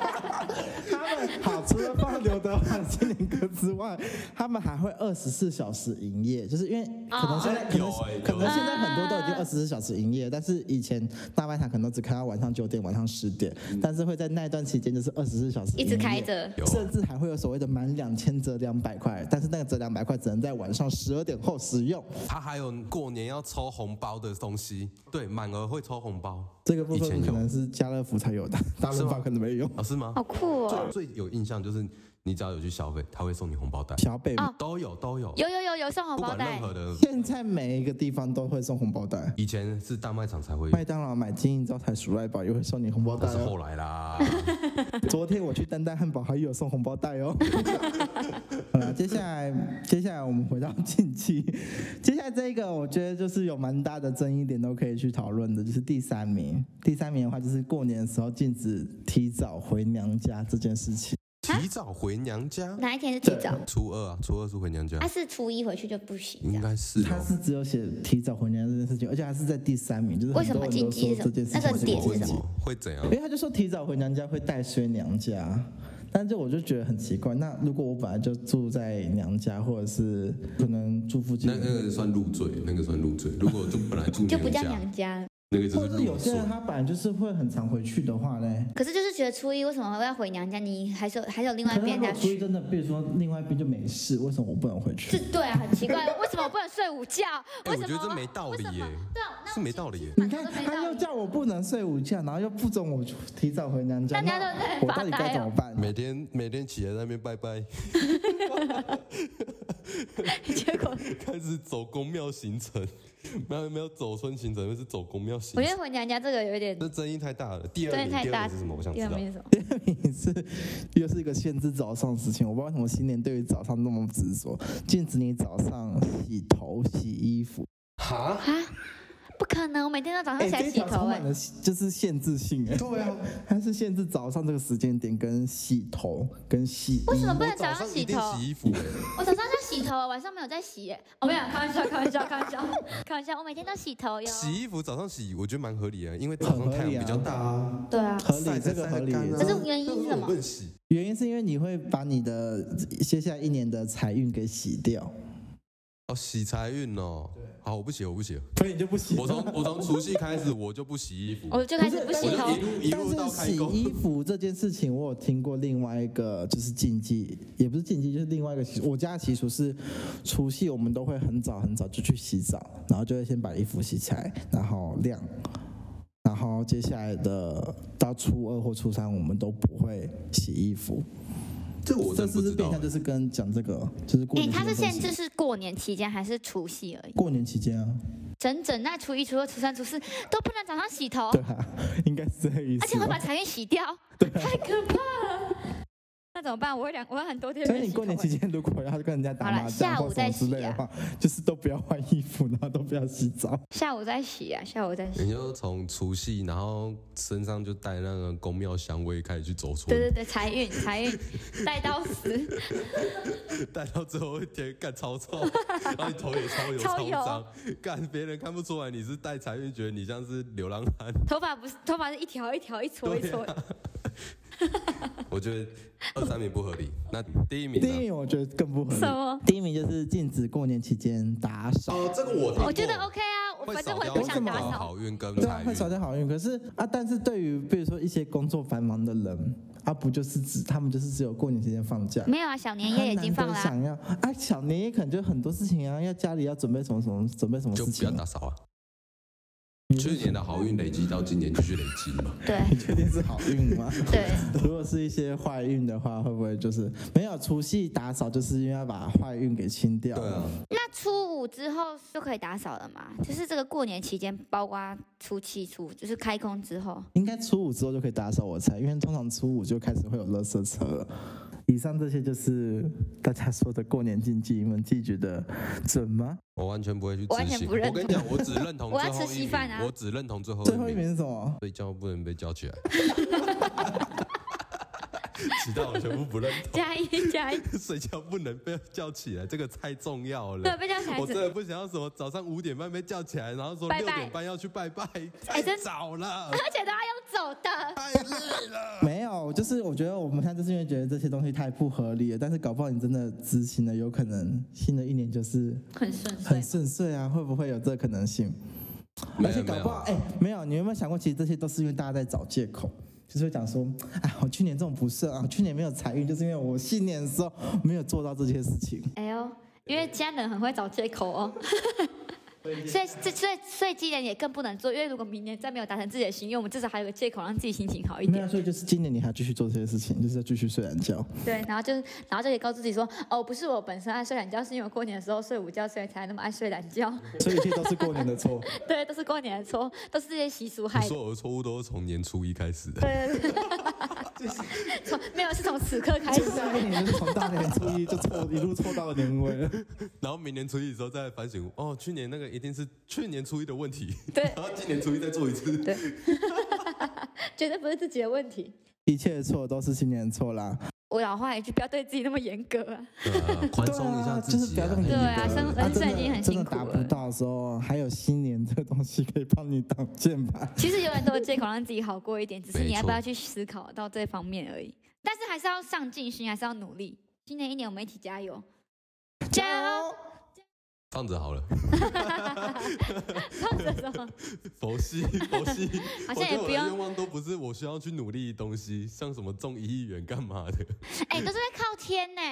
Speaker 1: 他们 好，除了放刘德华的新年歌之外，他们还会二十四小时营业，就是因为
Speaker 3: 啊
Speaker 1: 可能现在、
Speaker 2: 哦
Speaker 1: 可能、
Speaker 2: 有欸
Speaker 1: 可
Speaker 2: 有
Speaker 1: 能现在很多都已经二十四小时营业，但是以前大卖场可能只开到晚上九点、晚上十点，但是会在那一段期间就是二十四小时
Speaker 3: 一
Speaker 1: 营
Speaker 3: 直
Speaker 1: 业
Speaker 3: 开。着。
Speaker 2: 有
Speaker 1: 甚至还会嗯有所谓的满两千折两百块，但是那个折两百块只能在晚上十二点后使用。
Speaker 2: 他还有过年要抽红包的东西，对，满额会抽红包，
Speaker 1: 这个部
Speaker 2: 以前
Speaker 1: 分
Speaker 2: 有
Speaker 1: 可能是家乐福才有的，大润发可能没有。
Speaker 2: 啊？是吗？
Speaker 3: 好酷哦！
Speaker 2: 最最有印象就是你只要有去消费，他会送你红包袋，
Speaker 1: 小北，
Speaker 3: 哦
Speaker 2: 都有都有，
Speaker 3: 有有有有送红
Speaker 2: 不
Speaker 3: 包
Speaker 2: 管任
Speaker 3: 袋，
Speaker 2: 何的，
Speaker 1: 现在每一个地方都会送红包袋，
Speaker 2: 以前是大卖场才会有
Speaker 1: 麦，当劳买金银招财鼠来宝也会送你红包袋
Speaker 2: 但是
Speaker 1: 哦。
Speaker 2: 后 来啦，
Speaker 1: 昨天我去丹丹汉堡还有送红包袋 哦。好了，接下来接下来我们回到近期， 接下来这一个我觉得就是有蛮大的争议点都可以去讨论的，就是第三名。第三名的话就是过年的时候禁止提早回娘家这件事情。
Speaker 2: 提早回娘家，
Speaker 3: 哪一天是提早？
Speaker 2: 初二啊，初二是回娘家
Speaker 3: 他、，是初一回去就不行这
Speaker 2: 应
Speaker 3: 样。
Speaker 2: 该是
Speaker 1: 他
Speaker 2: 哦。
Speaker 1: 是只有写提早回娘家这件事情，而且还是在第三名，就是
Speaker 3: 为
Speaker 1: 很
Speaker 3: 什么
Speaker 1: 多人
Speaker 3: 禁
Speaker 1: 都
Speaker 3: 忌
Speaker 1: 说
Speaker 3: 是
Speaker 1: 这件事情
Speaker 3: 那个
Speaker 1: 是
Speaker 3: 点
Speaker 1: 禁
Speaker 3: 是
Speaker 2: 为
Speaker 1: 忌
Speaker 2: 什
Speaker 3: 什
Speaker 2: 么会怎样
Speaker 1: 因？为他就说提早回娘家会带衰娘家，但是我就觉得很奇怪。那如果我本来就住在娘家，或者是可能住附近
Speaker 2: 那，那个算入赘，那个算入赘。如果就本来住
Speaker 3: 就不叫
Speaker 2: 娘家，
Speaker 3: 娘家了，
Speaker 2: 那个就
Speaker 1: 或
Speaker 2: 是
Speaker 1: 者是有
Speaker 2: 入
Speaker 1: 些
Speaker 2: 赘
Speaker 1: 人。他本来就是会很常回去的话嘞，
Speaker 3: 可是就是觉得初一为什么要回娘家？你还是有还是有另外
Speaker 1: 可
Speaker 3: 一
Speaker 1: 能
Speaker 3: 边
Speaker 1: 如果
Speaker 3: 再
Speaker 1: 出去
Speaker 3: 去，
Speaker 1: 真的，比如说另外一边就没事，为什么我不能回
Speaker 3: 是
Speaker 1: 去？
Speaker 3: 对啊，很奇怪，为什么我不能睡午觉？
Speaker 2: 哎，
Speaker 3: 为
Speaker 2: 我
Speaker 3: 什
Speaker 2: 觉
Speaker 3: 么
Speaker 2: 得这没道理耶，
Speaker 3: 对啊，那
Speaker 2: 是没道理耶。
Speaker 1: 你看，他又叫我不能睡午觉，然后又不准我提早回娘家，
Speaker 3: 大家
Speaker 1: 那
Speaker 3: 都在
Speaker 1: 我
Speaker 3: 发
Speaker 1: 到底该
Speaker 3: 呆
Speaker 1: 怎么
Speaker 3: 哦
Speaker 1: 办？
Speaker 2: 每天每天起来在那边拜拜，
Speaker 3: 结果
Speaker 2: 开始走公庙行程，没有没有走村行程，而是走公庙行
Speaker 3: 我觉
Speaker 2: 程。
Speaker 3: 得回娘家这个有一点
Speaker 2: 这争议太大了。第二
Speaker 3: 真的
Speaker 2: 名，
Speaker 3: 太
Speaker 2: 第二
Speaker 3: 大，
Speaker 2: 名是什么？我想知
Speaker 3: 第二
Speaker 2: 道。哎
Speaker 3: 名是什么？
Speaker 1: 第二名是又是一个限制早上的事情，我不知道为什么新年对于早上那么执着，禁止你早上洗头、洗衣服。
Speaker 2: 哈？
Speaker 3: 啊，不可能！我每天都早上
Speaker 1: 哎，
Speaker 3: 起来
Speaker 1: 这一
Speaker 3: 洗
Speaker 1: 条
Speaker 3: 头
Speaker 1: 充
Speaker 3: 哎
Speaker 1: 满、了就是限制性哎。对 啊，它是限制早上这个时间点跟洗头跟洗衣。
Speaker 3: 为什么不能
Speaker 2: 嗯早
Speaker 3: 早
Speaker 2: 上
Speaker 3: 上
Speaker 2: 一
Speaker 3: 洗
Speaker 2: 定
Speaker 3: 头？
Speaker 2: 洗衣服哎、
Speaker 3: 我早上在洗头，晚上没有在洗、哎我没有开玩笑，开玩笑，开玩笑， 开玩笑。我每天都洗头哟。
Speaker 2: 洗衣服早上洗，我觉得蛮合理的，因为早上太阳比较大啊，
Speaker 3: 对啊，
Speaker 1: 合
Speaker 2: 晒
Speaker 1: 理，
Speaker 2: 才
Speaker 1: 这个
Speaker 2: 晒
Speaker 1: 合
Speaker 2: 得
Speaker 1: 理。
Speaker 2: 干啊
Speaker 3: 这是原因是什么
Speaker 2: 那我问洗，
Speaker 1: 原因是因为你会把你的接下来一年的财运给洗掉，
Speaker 2: 哦，洗财运哦。好，我不洗，我不洗。
Speaker 1: 所以你就不洗
Speaker 2: 我从我从除夕开始，我就不洗衣服。
Speaker 3: 我就开始不
Speaker 2: 我
Speaker 3: 洗
Speaker 2: 就哎
Speaker 3: 头
Speaker 2: 一。路一
Speaker 1: 但
Speaker 2: 路到
Speaker 1: 是
Speaker 2: 开
Speaker 1: 洗
Speaker 2: 工。
Speaker 1: 衣服这件事情，我有听过另外一个就是禁忌，也不是禁忌，就是另外一个习俗。我家的习俗是，除夕我们都会很早很早就去洗澡，然后就会先把衣服洗起来，然后晾，然后接下来的到初二或初三我们都不会洗衣服。
Speaker 2: 这我
Speaker 1: 这
Speaker 2: 真
Speaker 1: 是
Speaker 2: 不
Speaker 1: 不
Speaker 2: 知
Speaker 1: 是变
Speaker 2: 道
Speaker 1: 相。就是跟讲这个，就是过
Speaker 3: 哎、
Speaker 1: 年期
Speaker 3: 它
Speaker 1: 间
Speaker 3: 是
Speaker 1: 分
Speaker 3: 限
Speaker 1: 析
Speaker 3: 制是过年期间还是除夕而已？
Speaker 1: 过年期间啊，
Speaker 3: 整整那初一、初二、初三、初四都不能早上洗头，
Speaker 1: 对啊，应该是这个意思吧。
Speaker 3: 而且会把财运洗掉，太可怕了。那怎么办？我会两，我会很 多天
Speaker 1: 所以
Speaker 3: 没
Speaker 1: 你
Speaker 3: 洗
Speaker 1: 过年
Speaker 3: 头哎
Speaker 1: 期间如果要跟人家打
Speaker 3: 好啦
Speaker 1: 麻将
Speaker 3: 下午
Speaker 1: 或什
Speaker 3: 再
Speaker 1: 么之类
Speaker 3: 洗
Speaker 1: 的
Speaker 3: 啊
Speaker 1: 话，就是都不要换衣服，然后都不要洗 澡。
Speaker 3: 下午再洗啊，下午再洗。
Speaker 1: 嗯
Speaker 2: 你就从除夕，然后身上就带那个宫庙香味，开始去走
Speaker 3: 对
Speaker 2: 村，
Speaker 3: 对对，财运财运，带到 死，
Speaker 2: 带到最后一天干 超臭，然后你头也超油
Speaker 3: 超油
Speaker 2: 脏，干别人看不出来你是带财运，觉得你像是流浪汉。啊
Speaker 3: 头发不是头发是一条一条一撮一撮。
Speaker 1: 啊
Speaker 2: 我觉得二三名不合理，那第一名
Speaker 1: 第一
Speaker 2: 呢？
Speaker 1: 名我觉得更不合理。
Speaker 3: 什么？
Speaker 1: 第一名就是禁止过年期间打扫。
Speaker 2: 哦，这个我听过
Speaker 3: 我觉得 OK 啊，我
Speaker 2: 会
Speaker 3: 反正
Speaker 2: 少
Speaker 3: 我也
Speaker 2: 掉
Speaker 3: 不想
Speaker 2: 很多
Speaker 3: 打扫。
Speaker 2: 好运跟
Speaker 1: 对啊，
Speaker 2: 财
Speaker 1: 会少
Speaker 2: 运。
Speaker 1: 掉好运。可是啊，但是对于比如说一些工作繁忙的人啊，不就是只他们就是只有过年期间放假。
Speaker 3: 没有啊，小年夜已经放啦、
Speaker 1: 他难得想要啊，小年夜可能就很多事情啊，要家里要准备什么什么，准备什么
Speaker 2: 就
Speaker 1: 事
Speaker 2: 不
Speaker 1: 情嗯
Speaker 2: 要
Speaker 1: 啊、
Speaker 2: 打扫啊。去年的好运累积到今年继续累积嘛，
Speaker 3: 对
Speaker 1: 你确定是好运吗？
Speaker 3: 对，
Speaker 1: 如果是一些坏运的话，会不会就是没有除夕打扫，就是因为要把坏运给清掉？
Speaker 2: 对啊，
Speaker 3: 那初五之后就可以打扫了嘛？就是这个过年期间，包括初七、初，就是开工之后。
Speaker 1: 应该初五之后就可以打扫，我猜，因为通常初五就开始会有垃圾车了。以上这些就是大家说的过年禁忌，你们自己觉得准吗？
Speaker 2: 我完全不会去
Speaker 3: 我完
Speaker 2: 执
Speaker 3: 全
Speaker 2: 行。
Speaker 3: 不认
Speaker 2: 我跟你讲，我只认同
Speaker 3: 我要
Speaker 2: 最后
Speaker 3: 吃
Speaker 2: 一
Speaker 3: 稀
Speaker 2: 名
Speaker 3: 饭啊
Speaker 2: 我只认同最后
Speaker 1: 最后
Speaker 2: 一
Speaker 1: 一
Speaker 2: 名，
Speaker 1: 名是什么？
Speaker 2: 所以叫不能被叫起来。其他我全部不认同，
Speaker 3: 加一加一，
Speaker 2: 睡觉不能被叫起来，这个太重要
Speaker 3: 对，
Speaker 2: 了。
Speaker 3: 被叫起来
Speaker 2: 我真
Speaker 3: 子。
Speaker 2: 的不想要什么早上五点半被叫起来，然后说
Speaker 3: 拜
Speaker 2: 六
Speaker 3: 拜
Speaker 2: 点半要去拜拜，
Speaker 3: 哎
Speaker 2: 太
Speaker 3: 真
Speaker 2: 早了，
Speaker 3: 而且都要用走的，
Speaker 2: 太累 了。
Speaker 1: 没有，就是我觉得我们现在就是因为觉得这些东西太不合理了，但是搞不好你真的执行了，有可能新的一年就是
Speaker 3: 很顺遂。
Speaker 1: 很顺遂啊，会不会有这个可能性？
Speaker 2: 没有
Speaker 1: 而
Speaker 2: 啊
Speaker 1: 且搞不好，哎、没有，你有没有想过，其实这些都是因为大家在找借口，就是会讲说，哎，我去年这种不顺啊，去年没有财运，就是因为我新年的时候没有做到这些事情。
Speaker 3: 哎呦，因为家人很会找借口哦。所以，这所以所以今年也更不能做，因为如果明年再没有达成自己的心愿，我们至少还有个借口让自己心情好一
Speaker 1: 没有，
Speaker 3: 点。
Speaker 1: 啊所以就是今年你还继续做这些事情，就是要继续睡懒觉。
Speaker 3: 对，然后就然后就可以告诉自己说，哦，不是我本身爱睡懒觉，是因为我过年的时候睡午觉，所以才那么爱睡懒觉。
Speaker 1: 所以一切都是过年 的错。
Speaker 3: 对，都是过年的错，都是这些习俗害
Speaker 2: 你
Speaker 3: 的。
Speaker 2: 说我的错误都是从年初一开始的，
Speaker 3: 哎对对对，从没有是从此刻开始
Speaker 1: 就是。哎下一个年就是从大年初一就错一路错到了年尾了。
Speaker 2: 然后明年初一的时候再反省，哦，去年那个一定是去年初一的问题，
Speaker 3: 对
Speaker 2: 然后今年初一再做一次。
Speaker 3: 对，绝对不是自己的问题。
Speaker 1: 一切的错都是新年的错啦。
Speaker 3: 我老话一句，不要对自己那么严格啊。
Speaker 2: 对啊宽松一下自己、
Speaker 1: 对
Speaker 3: 要
Speaker 1: 啊就是不
Speaker 3: 那么严格对啊生
Speaker 1: 啊
Speaker 3: 人生已
Speaker 1: 真的
Speaker 3: 经很
Speaker 1: 真的
Speaker 3: 辛苦
Speaker 1: 达
Speaker 3: 了
Speaker 1: 不到的时候，还有新年这个东西可以帮你挡箭牌。
Speaker 3: 其实永远都有借口让自己好过一点，只是
Speaker 2: 没
Speaker 3: 你要不
Speaker 2: 错
Speaker 3: 要去思考到这方面而已。但是还是要上进心，还是要努力。新的一年我们一起加油，加油！
Speaker 2: 放着好了，
Speaker 3: 放着什么？
Speaker 2: 佛系佛系。
Speaker 3: 好
Speaker 2: 我
Speaker 3: 像也
Speaker 2: 觉得
Speaker 3: 不
Speaker 2: 我的愿
Speaker 3: 用，
Speaker 2: 望都不是我需要去努力的东西，像什么中一亿元干嘛 的。
Speaker 3: 哎、都是在靠天呢、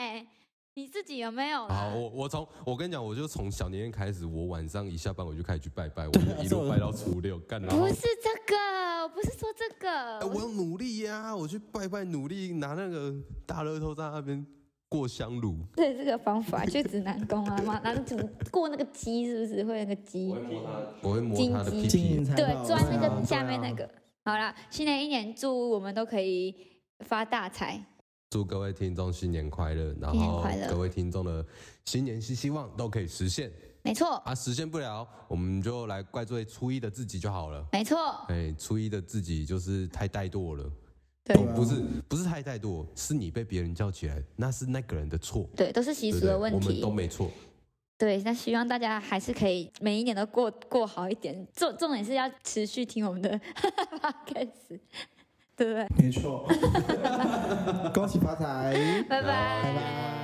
Speaker 3: 你自己有没有啦？
Speaker 2: 好，我我从我跟你讲，我就从小年夜开始，我晚上一下班我就开始去拜 拜，我就一路拜到初六，干然后
Speaker 3: 不。是这个，我不是说这个，
Speaker 2: 哎我要努力呀、我去拜拜，努力拿那个大乐透在那边过香炉。
Speaker 3: 对这个方法去指南宫啊， 嘛，然后怎么过那个鸡是不是会有那个鸡？
Speaker 2: 我会摸他的屁
Speaker 1: 金
Speaker 2: 屁
Speaker 1: 银。财
Speaker 3: 对
Speaker 1: 宝，
Speaker 3: 钻那
Speaker 2: 嗯
Speaker 1: 对啊
Speaker 3: 个下面那个。好啦，新的一年祝我们都可以发大财。
Speaker 2: 祝各位听众新年快乐，然
Speaker 3: 新年
Speaker 2: 后
Speaker 3: 快乐
Speaker 2: 各位听众的新年新希望都可以实现
Speaker 3: 没错，
Speaker 2: 啊！实现不了，我们就来怪罪初一的自己就好了。
Speaker 3: 没错，
Speaker 2: 哎，初一的自己就是太怠惰了，
Speaker 3: 对啊
Speaker 2: 不不是不是太怠惰，是你被别人叫起来，那是那个人的错，
Speaker 3: 对，都是习
Speaker 2: 对不
Speaker 3: 俗
Speaker 2: 对？
Speaker 3: 的
Speaker 2: 我
Speaker 3: 问
Speaker 2: 们
Speaker 3: 题
Speaker 2: 都。没错，
Speaker 3: 对，那希望大家还是可以每一年都过过好一点。重重点是要持续听我们的 podcast，对不对？
Speaker 1: 没错。恭喜发财。
Speaker 3: 拜拜。
Speaker 2: 拜
Speaker 1: 拜拜